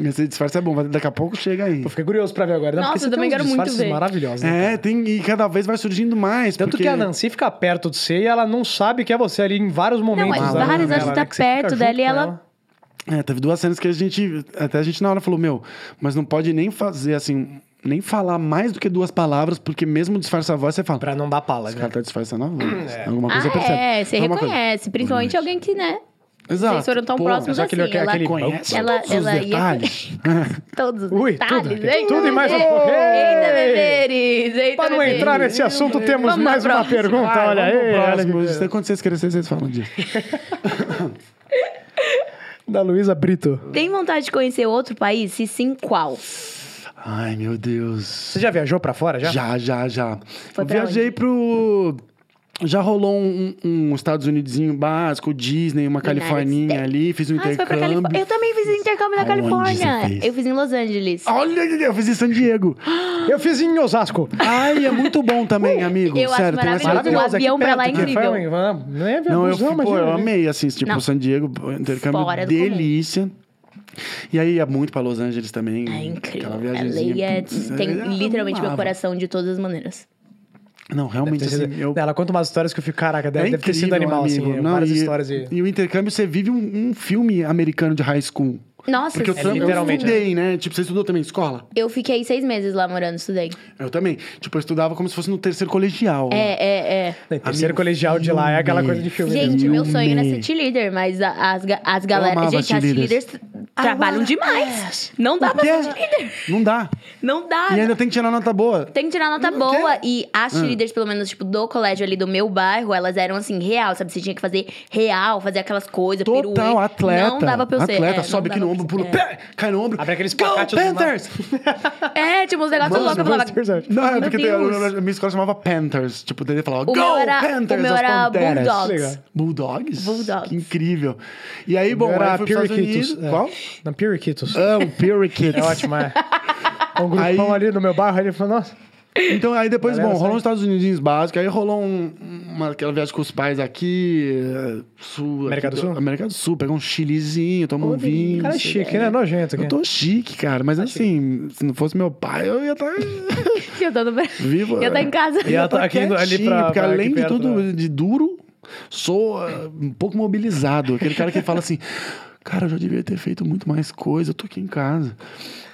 Esse disfarce é bom, mas daqui a pouco chega aí.
Eu fiquei curioso pra ver agora. né?
Nossa,
Porque você
eu também
tem uns
quero muito
disfarces
ver.
maravilhosos, né?
É, tem, e cada vez vai surgindo mais.
Tanto
porque...
que a Nancy fica perto de você e ela não sabe que é você ali em vários
Não,
momentos.
mas
da
várias
novela,
vezes
né?
tá
Que você fica
perto
junto
dela e
com
ela-
É, teve duas cenas que a gente. Até a gente na hora falou, meu, mas não pode nem fazer assim, nem falar mais do que duas palavras, porque mesmo disfarça a voz, você fala.
Pra não dar pala,
Esse
né?
cara tá disfarçando a voz. Alguma coisa
ah,
percebe.
é, você
Alguma coisa.
reconhece, principalmente alguém que, né?
Exato.
Vocês foram tão
Pô,
próximos
já
assim.
aquele-
ela
aquele-
Conhece
Ela-
todos
ela
os
ia-
detalhes.
*laughs* Todos os
Ui,
detalhes,
tudo,
hein?
tudo e mais um
Eita,
pouquinho.
beberes, eita,
Para não
beberes.
entrar nesse assunto, temos
Vamos
mais
pra
uma
próxima.
pergunta.
Vai,
olha
Ah, vamos pro
aí, olha
próximo. é.
que-
Isso, Quando vocês crescerem, vocês falam disso.
da Luísa Brito.
Tem vontade de conhecer outro país? Se sim, qual?
Ai, meu Deus.
Você já viajou pra fora? Já?
Já, já, já.
Foi
Eu
pra
viajei pro. Já rolou um, um Estados Unidosinho básico, Disney, uma
United
Californinha
States.
ali, fiz um
Ah, você foi pra
intercâmbio.
Califórnia. Eu também fiz intercâmbio na
Aonde você
Califórnia.
fez? Ah,
Eu fiz em Los Angeles.
Olha, eu fiz em San Diego.
Eu fiz em Osasco.
Ai, é muito bom também, amigo.
*laughs* eu acho
Sério, tem essa
maravilhoso.
Maravilhosa,
avião
aqui
pra lá é
perto, né? Foi
incrível.
um- Não é
Não, eu,
avião,
fui,
mas
pô,
é-
eu amei, assim, tipo,
Não.
San Diego, pô, intercâmbio
Fora do comum.
delícia. E aí ia muito pra Los Angeles também.
É incrível.
Aquela viagemzinha.
LA é,
putz,
tem
eu
literalmente meu
amava.
coração de todas as maneiras.
Não, realmente, assim, eu... É
Ela conta umas histórias que eu fico, caraca, deve, deve ter sido animal, assim.
Não,
várias
e, é
histórias. E...
e o intercâmbio, você vive um, um filme americano de high school.
Nossa, é
Porque eu,
sim.
tam- eu
literalmente,
estudei, né? Tipo, você estudou também escola?
Eu fiquei seis meses lá morando, estudei.
Eu também. Tipo, eu estudava como se fosse no terceiro colegial.
É, é, é.
Não, e terceiro colegial de lá é aquela coisa de filme. né? mesmo.
Gente,
eu
meu sonho era
amei.
ser cheerleader, mas a- as, ga- as galera.
amava
Gente, as
cheerleaders. Ah,
cheerleaders tra- trabalham demais. Não dá pra
Porque
ser cheerleader.
não dá.
Não dá.
E ainda tem que tirar nota boa.
Tem que tirar nota
Não
boa.
quer? Ah.
E as cheerleaders, pelo menos, tipo, do colégio ali do meu bairro, elas eram assim, real, sabe? Você tinha que fazer real, fazer aquelas coisas, pirueta.
Total, atleta.
Não dava pra eu ser.
Atleta,
é,
sobe
não
aqui no ombro,
dava pra eu
pula,
ser.
pé, cai no ombro.
Abre aqueles
Go,
pacotes do
Panthers!
É, tipo, uns negócios loucos. Eu falava,
*laughs* Não, é
Meu
porque tem- a
Deus.
minha escola chamava Panthers. Tipo, ele falava,
O
Go,
meu era-
Panthers!
o meu
as
era
Panteras."
Bulldogs.
Legal.
Bulldogs?
Bulldogs.
Que incrível. E aí, bom,
Bom,
aí
era
foi pros Estados
Piriquitos.
Unidos.
é.
Qual?
Não, Piriquitos.
Ah, o Pirikids.
É ótimo, *laughs* é. Um grupão
Aí-
ali no meu bairro, ele falou, nossa...
Então, aí depois,
Galera,
bom, rolou
sai.
os Estados Unidos básico, aí rolou um- uma, aquela viagem com os pais aqui, eh, sul,
América
aqui
do Sul?
América do Sul, pegou um chilezinho, tomou um vinho.
O cara é
não sei
chique, né? Nojento aqui.
Eu tô chique, cara, mas
Tá
assim, se não fosse meu pai, eu ia tá estar
Eu tô no
vivo.
Eu tô em casa.
E
*laughs*
ela *laughs* tá aqui,
quietinho,
ali pra-
Porque
pra aqui
além de
perto,
tudo,
né?
de duro, sou eh, um pouco mobilizado. Aquele cara que fala assim, cara, eu já devia ter feito muito mais coisa, eu tô aqui em casa.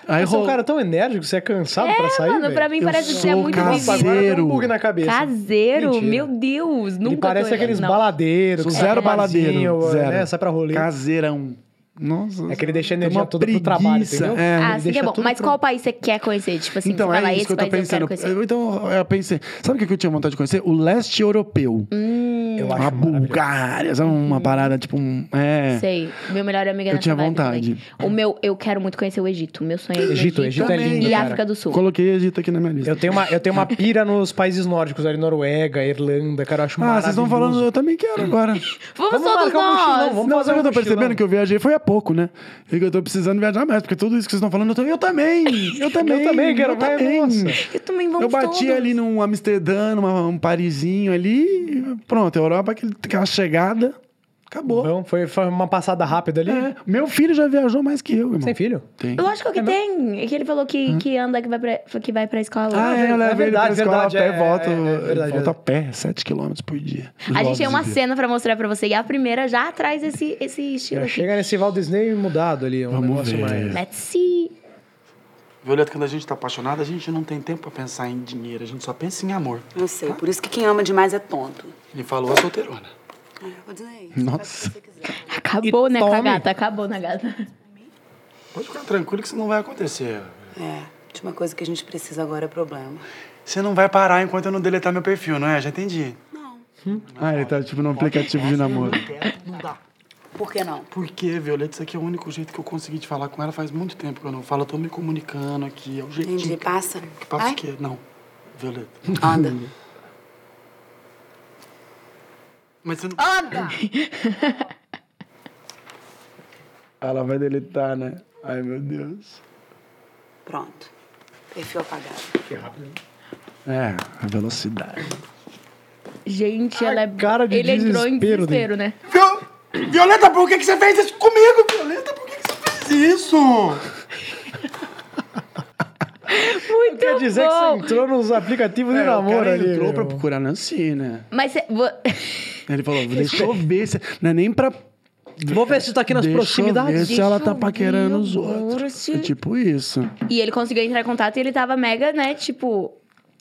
Aí
Você é um
rolou...
cara tão enérgico, você é cansado pra sair,
Mano, pra
velho?
mim
Eu
parece que você é
sou
muito
caseiro.
Nossa,
vivido.
agora deu um bug na cabeça.
Caseiro?
Mentira.
Meu Deus, nunca
Ele parece
tô-
aqueles
não.
baladeiros.
Sou
que
zero
sai pra barzinho,
baladeiro. É, Zero.
Né? Sai pra rolê.
Caseirão. Nossa.
É que ele deixa a
tem
energia
uma
toda pro trabalho, entendeu?
É.
Ah, sim,
deixa
é bom.
tudo
Mas
pra-
qual país você quer conhecer? Tipo assim,
Então,
você fala,
é isso
esse
que eu tô
país
pensando.
eu quero conhecer.
Eu- então, eu pensei... Sabe o que que eu tinha vontade de conhecer? O leste europeu.
Hum.
Eu
a
acho maravilhoso. Uhum.
Bulgária. Sabe uma parada, tipo um... É...
Sei. Meu melhor amigo é
Eu
nessa
tinha
vibe
vontade.
também. O meu, eu quero muito conhecer o Egito. Meu sonho é ir no
Egito, Egito é
Também.
lindo,
E
cara.
África do Sul.
Coloquei Egito aqui na minha lista.
Eu tenho, uma, eu tenho uma pira nos países nórdicos, ali, Noruega, Irlanda, cara, eu acho
Ah, vocês
maravilhoso.
estão falando... Eu também quero
*laughs*
agora.
Vamos
Vamos
todos
marcar um mochilão,
nós!
vamos-
Não,
fazer
sabe o que
um
eu tô percebendo?
mochilão.
Que eu viajei foi há pouco, né? E que eu tô precisando viajar mais, porque tudo isso que vocês estão falando, eu, tô- eu também.
*laughs*
Eu também.
também quero mais, nossa.
Eu também vamos
Eu bati
todos.
ali num Amsterdã, numa, um Parisinho ali, e pronto, Europa, aquele- aquela chegada, acabou.
Então, foi, foi uma passada rápida ali.
É, meu filho já viajou mais que eu, irmão.
Sem filho. Ah,
Tem.
Lógico que tem. É que ele falou que, que anda, que vai pra, que vai pra escola.
Hum? Ah, é, eu levo ele pra
verdade,
escola
verdade,
a pé,
é,
volto,
é, é, é verdade,
volto a
verdade.
pé, 7 km por dia.
A gente tem uma
cena.
cena pra mostrar pra você. E a primeira já traz esse, esse estilo
Já
aqui.
chega nesse Walt Disney mudado ali, é um
Vamos
negócio
ver.
mais...
Let's see.
Violeta, quando a gente tá apaixonada, a gente não tem tempo pra pensar em dinheiro, a gente só pensa em amor.
Eu sei, por isso que quem ama demais é tonto.
Ele falou a solteirona.
É, vou dizer isso.
Nossa.
Acabou, né, com a
tome.
gata? Acabou, né, gata?
Pode ficar tranquilo que isso não vai acontecer.
É, de uma coisa que a gente precisa agora é problema.
Você não vai parar enquanto eu não deletar meu perfil, não é? Já entendi.
Ah, ele tá tipo num aplicativo de namoro.
Não dá.
Por que não?
Por quê, Violeta? Isso aqui é o único jeito que eu consegui te falar com ela faz muito tempo que eu não falo. Eu tô me comunicando aqui, é o jeitinho.
Entendi,
que-
passa.
Que passa
Ai.
o quê? Uhum. Não. Violeta.
Anda.
Mas você não...
Anda!
Ela vai deletar, né? Ai, meu Deus.
Pronto. Perfil apagado.
É, a velocidade.
Gente, ela é.
cara de
ele entrou em
desespero
desespero, né?
Viol- Violeta, por que, que você fez isso comigo, Violeta? Por que, que você fez isso?
Muito
Quer dizer que
bom.
assim-
você entrou nos aplicativos de
É, o
namoro
cara
ali.
entrou
meu.
pra procurar Nancy, né?
Mas cê, vo- *laughs*
Ele
*laughs*
falou, deixa eu ver se... Não é nem pra...
Vou ver se tá aqui nas
deixa eu ver
proximidades.
se ela tá
Deixa eu
paquerando
ver
os outros.
agora
É tipo isso.
E ele conseguiu entrar em contato e ele tava mega, né? Tipo,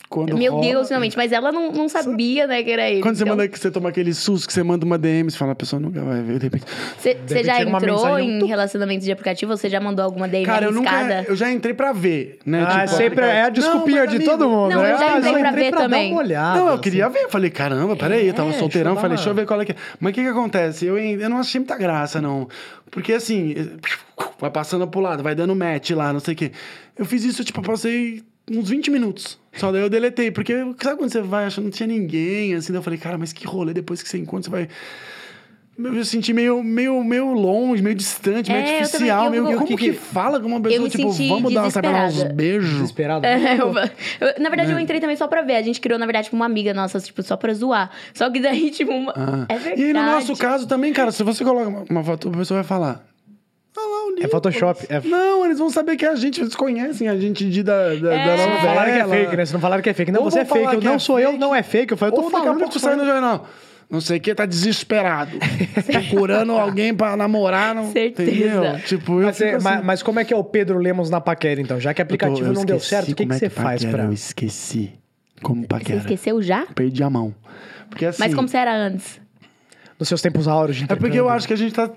Quando
meu
rola-
Deus, finalmente. Mas ela não, não sabia, né, que era ele.
Quando você
Então,
manda que você toma aquele susto, que você manda uma DM, você fala, a pessoa nunca vai ver, de repente.
Você você já
chega uma
entrou
mensagem, um
em
tum.
relacionamento de aplicativo? Você já mandou alguma DM
Cara, eu nunca.
arriscada?
Eu já entrei pra ver, né?
Ah,
Tipo,
sempre é a
aplicativo.
desculpinha
Não, mas,
de
amigo,
todo mundo.
Não,
né?
eu já
Ah,
entrei pra ver
dar
também.
uma olhada,
Não, eu
assim.
queria ver. Eu falei, caramba, peraí, eu tava
É,
solteirão.
deixa
Falei,
eu dar
deixa eu
uma-
ver qual é que é. Mas o que que acontece? Eu, en- eu não achei muita graça, não. Porque assim, *laughs* vai passando pro lado, vai dando match lá, não sei o quê. Eu fiz isso, tipo, eu passei uns 20 minutos. Só daí eu deletei. Porque sabe quando você vai achando que não tinha ninguém, assim? Daí eu falei, cara, mas que rolê depois que você encontra, você vai. Eu me senti meio, meio, meio longe, meio distante, meio
É, eu também-
artificial.
eu-
meio,
eu-
como que fala com uma pessoa,
me
tipo,
senti
vamos dar sacanagem, uns
desesperada.
beijos?
*laughs* Desesperado.
É, *laughs* eu- eu- na verdade, eu
É.
entrei também só pra ver. A gente criou, na verdade, tipo, uma amiga nossa, tipo, só pra zoar. Só que daí, *laughs* tipo, uma...
Ah.
é verdade.
E aí, no nosso caso também, cara, se você coloca uma, uma foto, a pessoa vai falar. Olha lá o
É
Nicolas."
Photoshop. É...
Não, eles vão saber que é a gente, eles conhecem a gente de, da, da, da
É.
novela.
Não
Falaram que é fake, né? Vocês não falaram que é fake. Não,
Ou
você é
vão falar
fake. Eu
que
não
é
sou eu,
fake.
não é fake. Eu falei, eu
Ou
tô
daqui a
falando.
pouco
tô
sai no
falando.
jornal. não sei o que, tá
*laughs*
desesperado. Procurando alguém pra namorar. Não,
Certeza.
Entendeu? Tipo, eu
Mas, você-
fico assim,
ma- mas como é que é o Pedro Lemos na paquera, então? Já que o
eu tô-
aplicativo
eu
não deu
esqueci
certo, o que,
como
que
é
você faz
paquera,
pra.
Eu esqueci como
Você
paquera.
esqueceu já?
Perdi a mão. Porque assim...
Mas como você era antes?
Nos seus tempos áureos de
É porque eu
intercâmbio?
acho que a gente tá,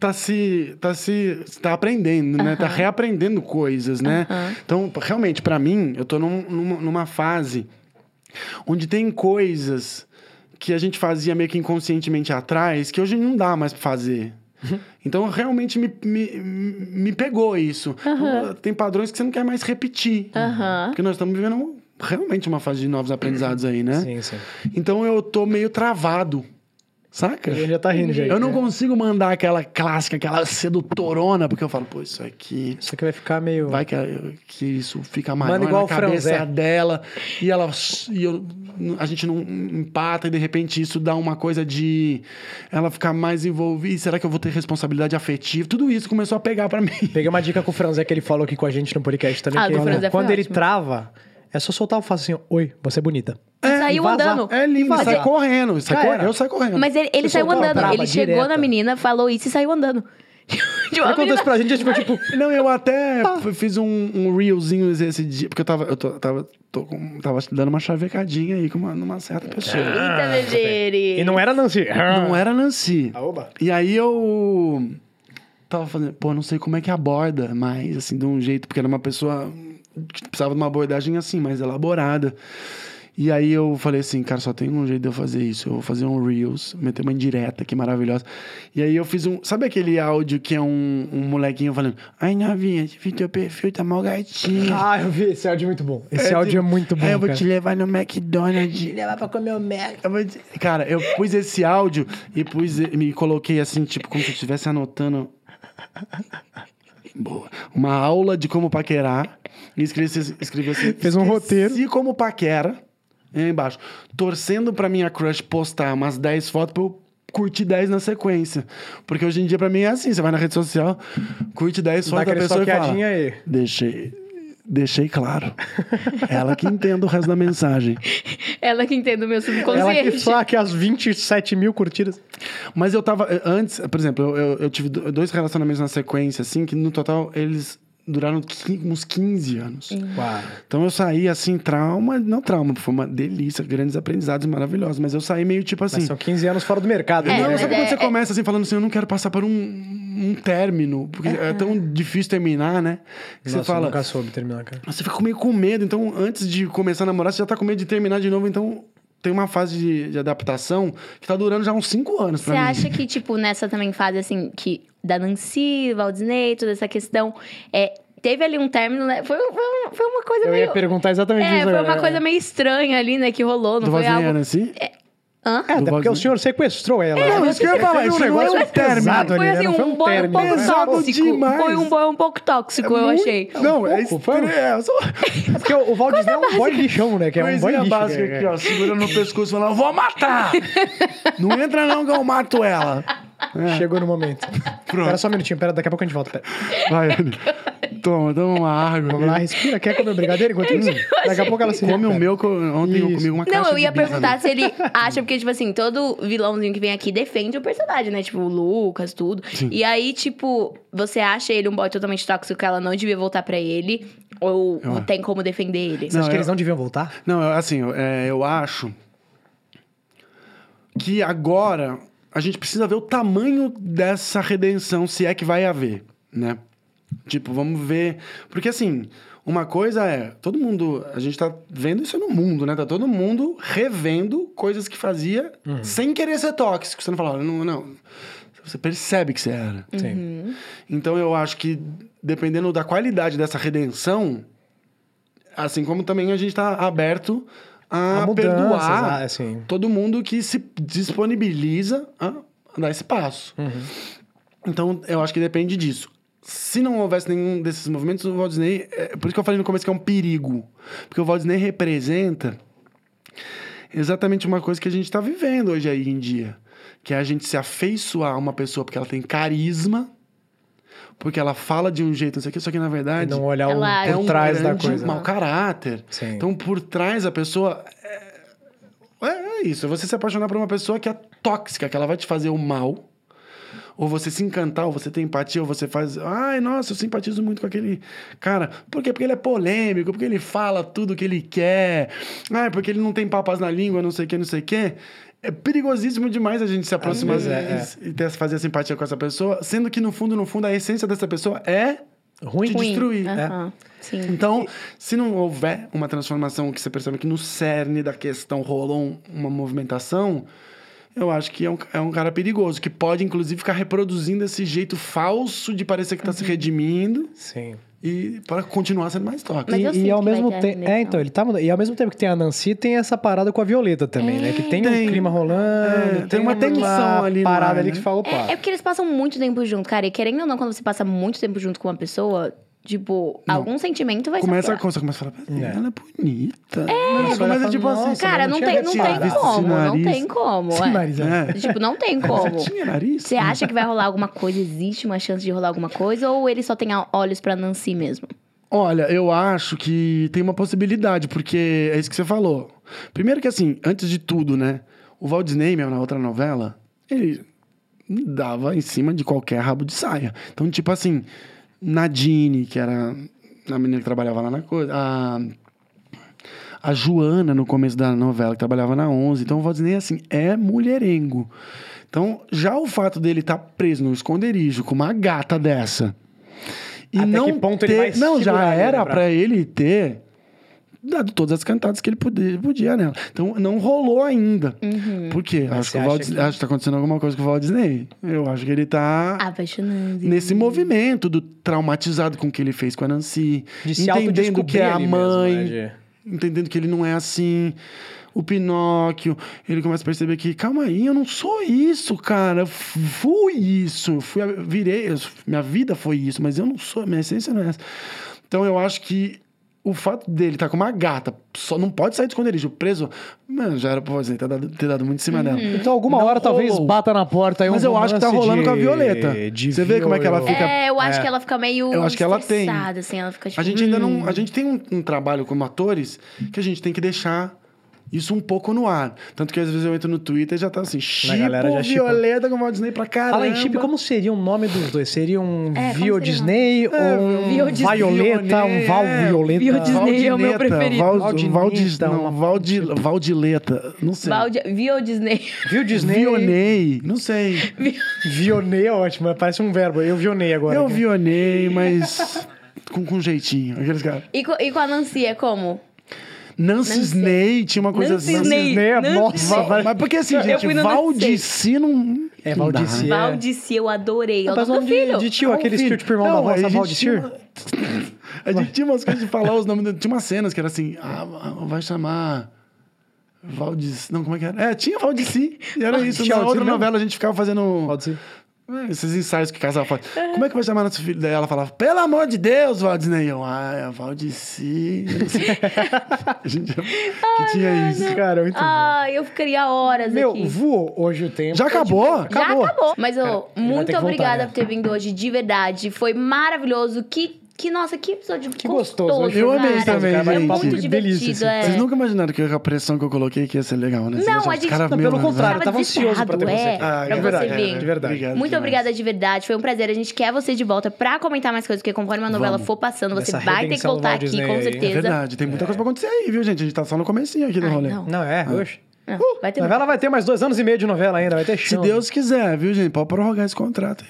tá se. tá se. tá aprendendo, né? Tá reaprendendo coisas, né?
Aham.
Então, realmente, pra mim, eu tô num- numa, numa fase onde tem coisas que a gente fazia meio que inconscientemente atrás, que hoje não dá mais pra
*laughs*
fazer. Então, realmente me, me, me pegou isso. Então, Tem padrões que você não quer mais repetir.
Aham.
Porque nós estamos vivendo realmente uma fase de novos aprendizados aí, né?
Sim, sim.
Então, eu tô meio travado. Saca?
Ele já tá rindo, gente.
Eu não consigo mandar aquela clássica, aquela sedutorona, porque eu falo, pô, isso aqui.
Isso aqui vai ficar meio.
Vai que, que isso fica maior
Manda igual o é."
na cabeça
Franzé.
dela. E ela. E eu- a gente não empata e de repente isso dá uma coisa de ela ficar mais envolvida. E será que eu vou ter responsabilidade afetiva? Tudo isso começou a pegar pra *laughs* mim.
Peguei uma dica com o Franzé que ele falou aqui com a gente no podcast também.
Ah,
que
do
ele-
Franzé foi
quando ele
ótimo.
trava, é só soltar o facinho. Oi, você é bonita.
Ele saiu
e vazar.
andando.
É lindo,
Mas
sai
é-
correndo. Sai
Já
cor-
era. é-
Eu saio correndo.
Mas ele, ele
Você
saiu
soltou uma
andando.
braba
ele chegou
direta.
na menina, falou isso e saiu andando. *laughs* De uma
Ele contou isso
menina-
pra gente, a gente ficou tipo.
Não, eu até f- fiz um, um reelzinho esse dia, porque eu tava, eu tô- tava, tô com- tava dando uma chavecadinha aí com uma, numa certa pessoa.
*laughs* Eita, né, Vegeri.
Ah, E não era Nancy.
Não era Nancy.
Aoba.
E aí eu tava fazendo, pô, não sei como é que aborda, mas assim, de um jeito, porque era uma pessoa que precisava de uma abordagem assim, mais elaborada. E aí eu falei assim, cara, só tem um jeito de eu fazer isso. Eu vou fazer um Reels, meter uma indireta que maravilhosa. E aí eu fiz um. Sabe aquele áudio que é um, um molequinho falando, ai, novinha, vi teu perfil, tá mal
*laughs*
gatinho.
Ah, eu vi. Esse áudio é muito bom. Esse áudio é muito bom.
Aí eu vou
cara.
te levar no McDonald's.
levar pra comer o Mac.
Eu vou dizer- Cara, eu pus esse áudio e pus, me coloquei assim, tipo, como se eu estivesse anotando. Boa. Uma aula de como paquerar. E escrevi, assim- escrevi assim.
Fez um roteiro.
E como paquera. E aí embaixo. Torcendo pra minha crush postar umas 10 fotos pra eu curtir 10 na sequência. Porque hoje em dia, pra mim, é assim: você vai na rede social, curte 10
Dá
fotos da
aquela
pessoa e fala.
estoqueadinha aí.
Deixei. Deixei claro. Ela que entenda o resto da mensagem.
Ela que entende o meu
Ela
subconsciente.
que saque as 27 mil curtidas.
Mas eu tava. eh, Antes, por exemplo, eu, eu, eu tive do- dois relacionamentos na sequência, assim, que no total eles duraram qui- uns 15 anos.
Uau.
Então eu saí assim, trauma, não trauma, foi uma delícia, grandes aprendizados maravilhosos, mas eu saí meio tipo assim.
Mas são 15 anos fora do mercado.
É,
né?
não,
mas
sabe
é-
quando você começa assim, falando assim, eu não quero passar por um, um término, porque é tão difícil terminar, né? Que
Nossa,
você fala.
eu nunca soube terminar, cara.
Você fica meio com medo, então antes de começar a namorar, você já tá com medo de terminar de novo, então tem uma fase de, de adaptação que tá durando já uns 5 anos pra
Você
mim.
acha que, tipo, nessa também fase, assim, que da Nancy, Valdinei, toda essa questão, é, teve ali um término, né? Foi, foi, um- foi uma coisa
Eu
meio...
ia perguntar exatamente isso
é,
né?
foi
né?
agora.
uma coisa meio estranha ali, né, que rolou, não
Do
foi
um
Vosniana,
algo...
assim?
Hã?
É, até porque
Wagner.
o senhor sequestrou ela.
É, Não, isso que eu ia falar, isso não é um término.
pesado ali,
Foi
né?
assim,
Não foi
um boy um
término,
pouco
né?
Pesado
tóxico.
demais.
Foi um boy um pouco tóxico, eu achei.
Não, é
um pouco, foi?
estranho.
Porque o Valdis é um boy lixão, né? Que é um boy
Coisinha
lixo.
básica
né?
aqui, ó, segurando no pescoço e falando, eu vou
*laughs*
matar! não entra não que eu mato ela.
*laughs* Chegou no momento.
*laughs* Pronto.
Pera só um minutinho, pera, daqui a pouco a gente volta. Pera.
Vai, Anny. Toma, toma uma água.
Vamos lá, respira. Quer comer o brigadeiro
*laughs*
enquanto isso? Daqui a pouco ela se
Come o
recupera.
meu, que eu- ontem eu
Isso.
comi uma caixa
Não, eu
de
ia
bis,
perguntar
né? *laughs*
se ele acha, porque, tipo assim, todo vilãozinho que vem aqui defende o personagem, né? Tipo, o Lucas, tudo. E aí, tipo, você acha ele um boy totalmente tóxico que ela não devia voltar pra ele? Ou
Eu acho.
tem como defender ele?
Você acha
Não,
que
eu-
eles não deviam voltar?
Não, eu- assim, eu- é, eu acho que agora a gente precisa ver o tamanho dessa redenção, se é que vai haver, né? Tipo, vamos ver. Porque assim, uma coisa é, todo mundo, a gente tá vendo isso no mundo, né? Tá todo mundo revendo coisas que fazia sem querer ser tóxico. Você não fala, "Olha, não, não. Você percebe que você era.
Uhum.
Sim.
Então eu acho que dependendo da qualidade dessa redenção, assim como também a gente está aberto a,
Há mudanças,
perdoar
ah, assim.
todo mundo que se disponibiliza a dar esse passo.
Uhum.
Então eu acho que depende disso. Se não houvesse nenhum desses movimentos, o Walt Disney. É, por isso que eu falei no começo que é um perigo. Porque o Walt Disney representa exatamente uma coisa que a gente está vivendo hoje aí em dia. Que é a gente se afeiçoar a uma pessoa porque ela tem carisma, porque ela fala de um jeito, não sei o que, só que na
E
verdade
não olhar um
Ela-
por
É um
trás da
grande
coisa. né?
mau caráter.
Sim.
Então, por trás a pessoa. É, é- é isso, é você se apaixonar por uma pessoa que a- tóxica, que ela vai te fazer o mal. Ou você se encantar, ou você tem empatia, ou você faz. Ai, nossa, eu simpatizo muito com aquele cara. Por quê? Porque ele é polêmico, porque ele fala tudo que ele quer. Ai, porque ele não tem papas na língua, não sei o que, não sei o que. É perigosíssimo demais a gente se aproximar
vezes é,
e, e ter- fazer simpatia com essa pessoa, sendo que no fundo, no fundo, a essência dessa pessoa é
Ruim.
te destruir. né?
Aham, Sim.
Então, se não houver uma transformação que você percebe que no cerne da questão rolou um- uma movimentação, eu acho que é um, é um cara perigoso, que pode, inclusive, ficar reproduzindo esse jeito falso de parecer que tá se redimindo
Sim.
e para continuar sendo mais tóxico.
Mas eu
E, e
sinto
ao
que vai
mesmo
ter a
tempo.
remissão.
É, então, ele tá mudando. E ao mesmo tempo que tem a Nancy, tem essa parada com a Violeta também, né? Que tem,
Tem.
um clima rolando.
É, tem uma tensão ali no
Parada
ar,
ali
né?
que fala, opa.
É, é porque eles passam muito tempo junto, cara. E querendo ou não, quando você passa muito tempo junto com uma pessoa, tipo, algum sentimento vai
Começa,
ser.
a- você começa a falar,
É.
ela é bonita. É,
Você olha
começa
e fala,
tipo assim.
nossa,
Cara,
eu
não
tinha
tem, não tem
reparado.
como. Não
Esse
tem
nariz.
como.
Esse
é.
nariz, é.
É.
Tipo, não tem como.
Você tinha nariz?
Você acha que vai rolar alguma coisa? Existe uma chance de rolar alguma coisa? Ou ele só tem a- olhos pra Nancy mesmo?
Olha, eu acho que tem uma possibilidade, porque é isso que você falou. Primeiro que assim, antes de tudo, né? O Walt Disney, meu, na outra novela, ele dava em cima de qualquer rabo de saia. Então, tipo assim, Nadine, que era a menina que trabalhava lá na coisa, a, a Joana no começo da novela, que trabalhava na 11. Então, o Walt Disney, assim, é mulherengo. Então, já o fato dele estar preso no esconderijo com uma gata dessa... E
Até que
não
ponto
ter,
ele vai
Não, já
segurar ele, né,
era
pra-
pra ele ter dado todas as cantadas que ele podia, podia nela. Então, não rolou ainda. Por quê?
Mas
Acho
você
que, o Walt,
acha que-
acho que tá acontecendo alguma coisa com o Walt Disney. Eu acho que ele tá
Apaixonante.
nesse movimento do traumatizado com o que ele fez com a Nancy,
De se
entendendo que
autodescobrir
é a
ali mesmo,
mãe,
né, de-
entendendo que ele não é assim. O Pinóquio, ele começa a perceber que, calma aí, eu não sou isso, cara. Eu fui isso. Eu fui, eu virei, eu- minha vida foi isso, mas eu não sou, minha essência não é essa. Então eu acho que o fato dele estar com uma gata, só não pode sair do esconderijo preso, mano, já era pra fazer, ter dado, ter dado muito em cima dela.
Então, alguma
Não
hora, talvez
rolou.
bata na porta aí um
Mas eu acho que tá
romance
rolando
de-
com a Violeta.
de
Você vê como é que ela
viol-
fica-
É, eu acho que ela fica meio
Eu acho que ela tem.
estressada, assim. Ela fica tipo...
A gente ainda não. A gente tem um, um trabalho como atores que a gente tem que deixar isso um pouco no ar. Tanto que às vezes eu entro no Twitter e já tá assim, Chipo
galera já chipa.
Violeta com o Walt Disney pra caramba.
Fala em chip, como seria o nome dos dois? Seria um
É, como
Vio
seria o
Disney ou um
Vio Disney.
Violeta, um Val
É,
Violeta?
Vio Disney. é o meu
Valdineta,
preferido.
Val-
Valdineta,
Valdis- não,
uma-
Valdi- Valdileta. Não sei.
Valdi... Viu, Disney?
Vio Disney.
Vionei. Não sei.
Vionei é ótimo, parece um verbo. Eu vionei agora.
Eu vionei, mas com, com jeitinho. Aqueles caras.
E co- e com a Nancy, é como?
Nancy Sney tinha uma coisa
Nancy
assim.
Sney.
Disney,
Nancy.
nossa, vai.
Mas porque assim,
Eu
gente,
fui no Nancy.
Valdici não.
É,
não dá. né?
Valdici. Yeah.
Valdici, eu adorei. É o
Mas
nome do
nome
filho.
de, de tio,
É Tá um
aquele
filho.
tio de irmão da
Não,
roça,
a gente tinha
Valdir.
uma- *laughs* A gente tinha umas coisas de falar os nomes. do- Tinha umas cenas que era assim, ah, ah, vai chamar. Valdis. Não, como é que era? É, tinha Valdici. E era isso.
Tinha
Na
Valdici
outra
mesmo?
novela a gente ficava fazendo.
Valdici.
É, Esses ensaios que o casal faz. Como é que vai chamar nosso filho? Daí ela falava, pelo amor de Deus, Valdinei. Eu, ah, é Valdici. *laughs* a gente que tinha isso.
Cara, é muito
então.
Ah, eu ficaria horas
Meu,
aqui.
voou hoje o tempo.
Já acabou?
Já acabou. Mas,
Cara,
ô,
ele vai ter
muito
que voltar,
obrigada
né?
por ter vindo hoje, de verdade. Foi maravilhoso. Que, que nossa, que episódio
Que gostoso, né?
Eu amei
cara.
também,
É
gente.
muito
Que
divertido,
delícia, assim.
é.
Vocês nunca imaginaram que a pressão que eu coloquei que ia ser legal, né? Vocês
Não,
achavam,
a gente-
cara,
Não,
meu,
tá, pelo
mas-
contrário, eu tava
desesperado,
ansioso pra ter você
é.
aqui.
Ah, é
pra você
verdade,
vir.
é
De verdade.
Obrigado
Muito
demais.
obrigada de verdade, foi um prazer. A gente quer você de volta pra comentar mais coisas, porque conforme a novela
Vamos.
for passando, você
Dessa
vai ter que
redenção do
voltar
Walt
aqui,
Disney
com
aí.
É
certeza.
verdade, tem muita coisa pra acontecer aí, viu, gente? A gente tá só no comecinho aqui do
Ai,
rolê.
não.
Não, é, hoje.
Ah, vai ter
Novela vai ter mais dois anos e meio de novela ainda, vai ter
Se
chão.
Deus quiser, viu, gente? Pode prorrogar esse contrato.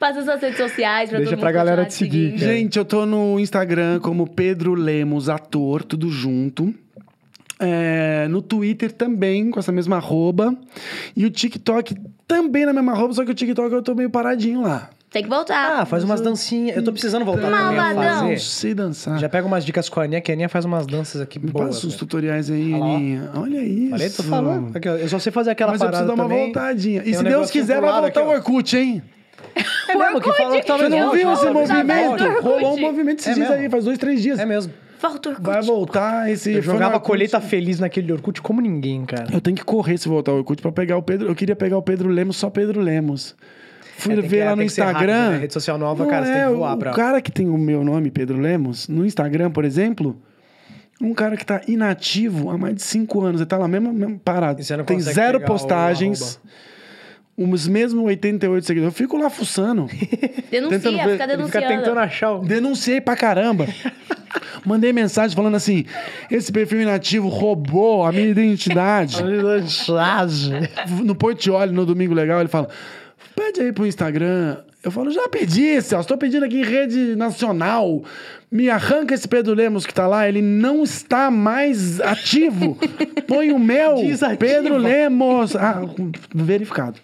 Passa suas redes sociais pra
Deixa
todo mundo
pra galera
continuar
te seguir,
seguindo.
cara.
Gente, eu tô no Instagram como Pedro Lemos Ator, tudo junto. É, no Twitter também, com essa mesma arroba. E o TikTok também na mesma arroba, só que o TikTok eu tô meio paradinho lá.
Tem que voltar.
Ah, faz umas dancinhas. Eu tô precisando voltar também a
Malvadão.
Não
fazer.
sei dançar.
Já pega umas dicas com a Aninha, que a Aninha faz umas danças aqui
Me
boas.
passa uns
velho.
tutoriais aí,
Olha lá.
Aninha. Olha isso.
Falei, tô falando. Aqui, ó, eu só sei fazer aquela
Mas eu
parada
preciso dar uma
também.
voltadinha. E
Tem um
se Deus
negocinho
quiser,
pro
vai
lado
voltar
aqui,
o
ó.
Orkut, hein?
É mesmo que falam que
Você
talvez
não
Não,
viu
não,
esse
não,
movimento?
não, não,
Rolou um
não.
movimento esses
É
dias
mesmo?
aí, faz dois, três dias.
É mesmo.
Volta, Orkut.
Vai voltar esse...
Eu
foi no
jogava
Orkut.
colheita feliz naquele Orkut como ninguém, cara.
Eu tenho que correr se voltar ao Orkut pra pegar o Pedro. Eu queria pegar o Pedro Lemos, só Pedro Lemos. Fui
É, tem
ver
que-
lá
tem
no
que ser rápido,
Instagram.
né? Rede social nova, cara, você
é,
tem que voar
o,
pra-
O cara que tem o meu nome, Pedro Lemos, no Instagram, por exemplo, Um cara que tá inativo há mais de cinco anos, ele tá lá mesmo, mesmo parado.
E você não
Tem
consegue
zero
pegar o
postagens. Os mesmos 88 seguidores. Eu fico lá fuçando. Tentando ver-
Denuncia, fica
Ele fica
denunciando.
tentando achar o...
Denunciei pra caramba. Mandei mensagem falando assim: esse perfil inativo roubou a minha identidade. no Portioli, no Domingo Legal, ele fala: pede aí pro Instagram. Eu falo, já pedi, Celso, tô pedindo aqui em rede nacional. Me arranca esse Pedro Lemos que tá lá, ele não está mais ativo. Põe o meu,
Desativa.
Pedro Lemos. Ah, verificado.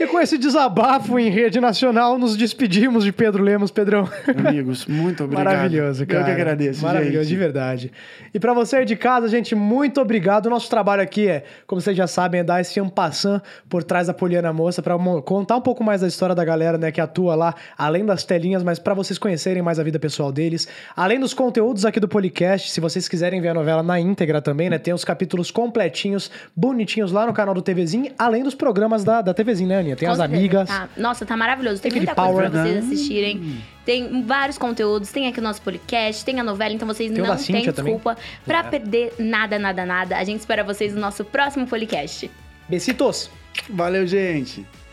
E com esse desabafo em rede nacional, nos despedimos de Pedro Lemos, Pedrão. *laughs*
Amigos, muito obrigado.
Maravilhoso, cara.
Eu que agradeço.
Maravilhoso,
gente.
de verdade. E pra você aí de casa, gente, muito obrigado. O nosso trabalho aqui é, como vocês já sabem, é dar esse ampassan por trás da Poliana Moça pra mo- contar um pouco mais da história da galera, né, que atua lá, além das telinhas, mas pra vocês conhecerem mais a vida pessoal deles. Além dos conteúdos aqui do podcast, se vocês quiserem ver a novela na íntegra também, né, tem os capítulos completinhos, bonitinhos lá no canal do TVzinho, além dos programas da, da TVzinho, né, Aninha? Tem
Com
as
certeza,
amigas.
tá. Nossa, tá maravilhoso. Tem
Tem
muita
Power,
coisa pra
né?
vocês assistirem. Tem vários conteúdos, tem aqui o nosso podcast, tem a novela, então vocês
Tem o
não
da
têm
Cíntia também. É.
desculpa pra perder nada, nada, nada. A gente espera vocês no nosso próximo podcast.
Besitos!
Valeu, gente.
tá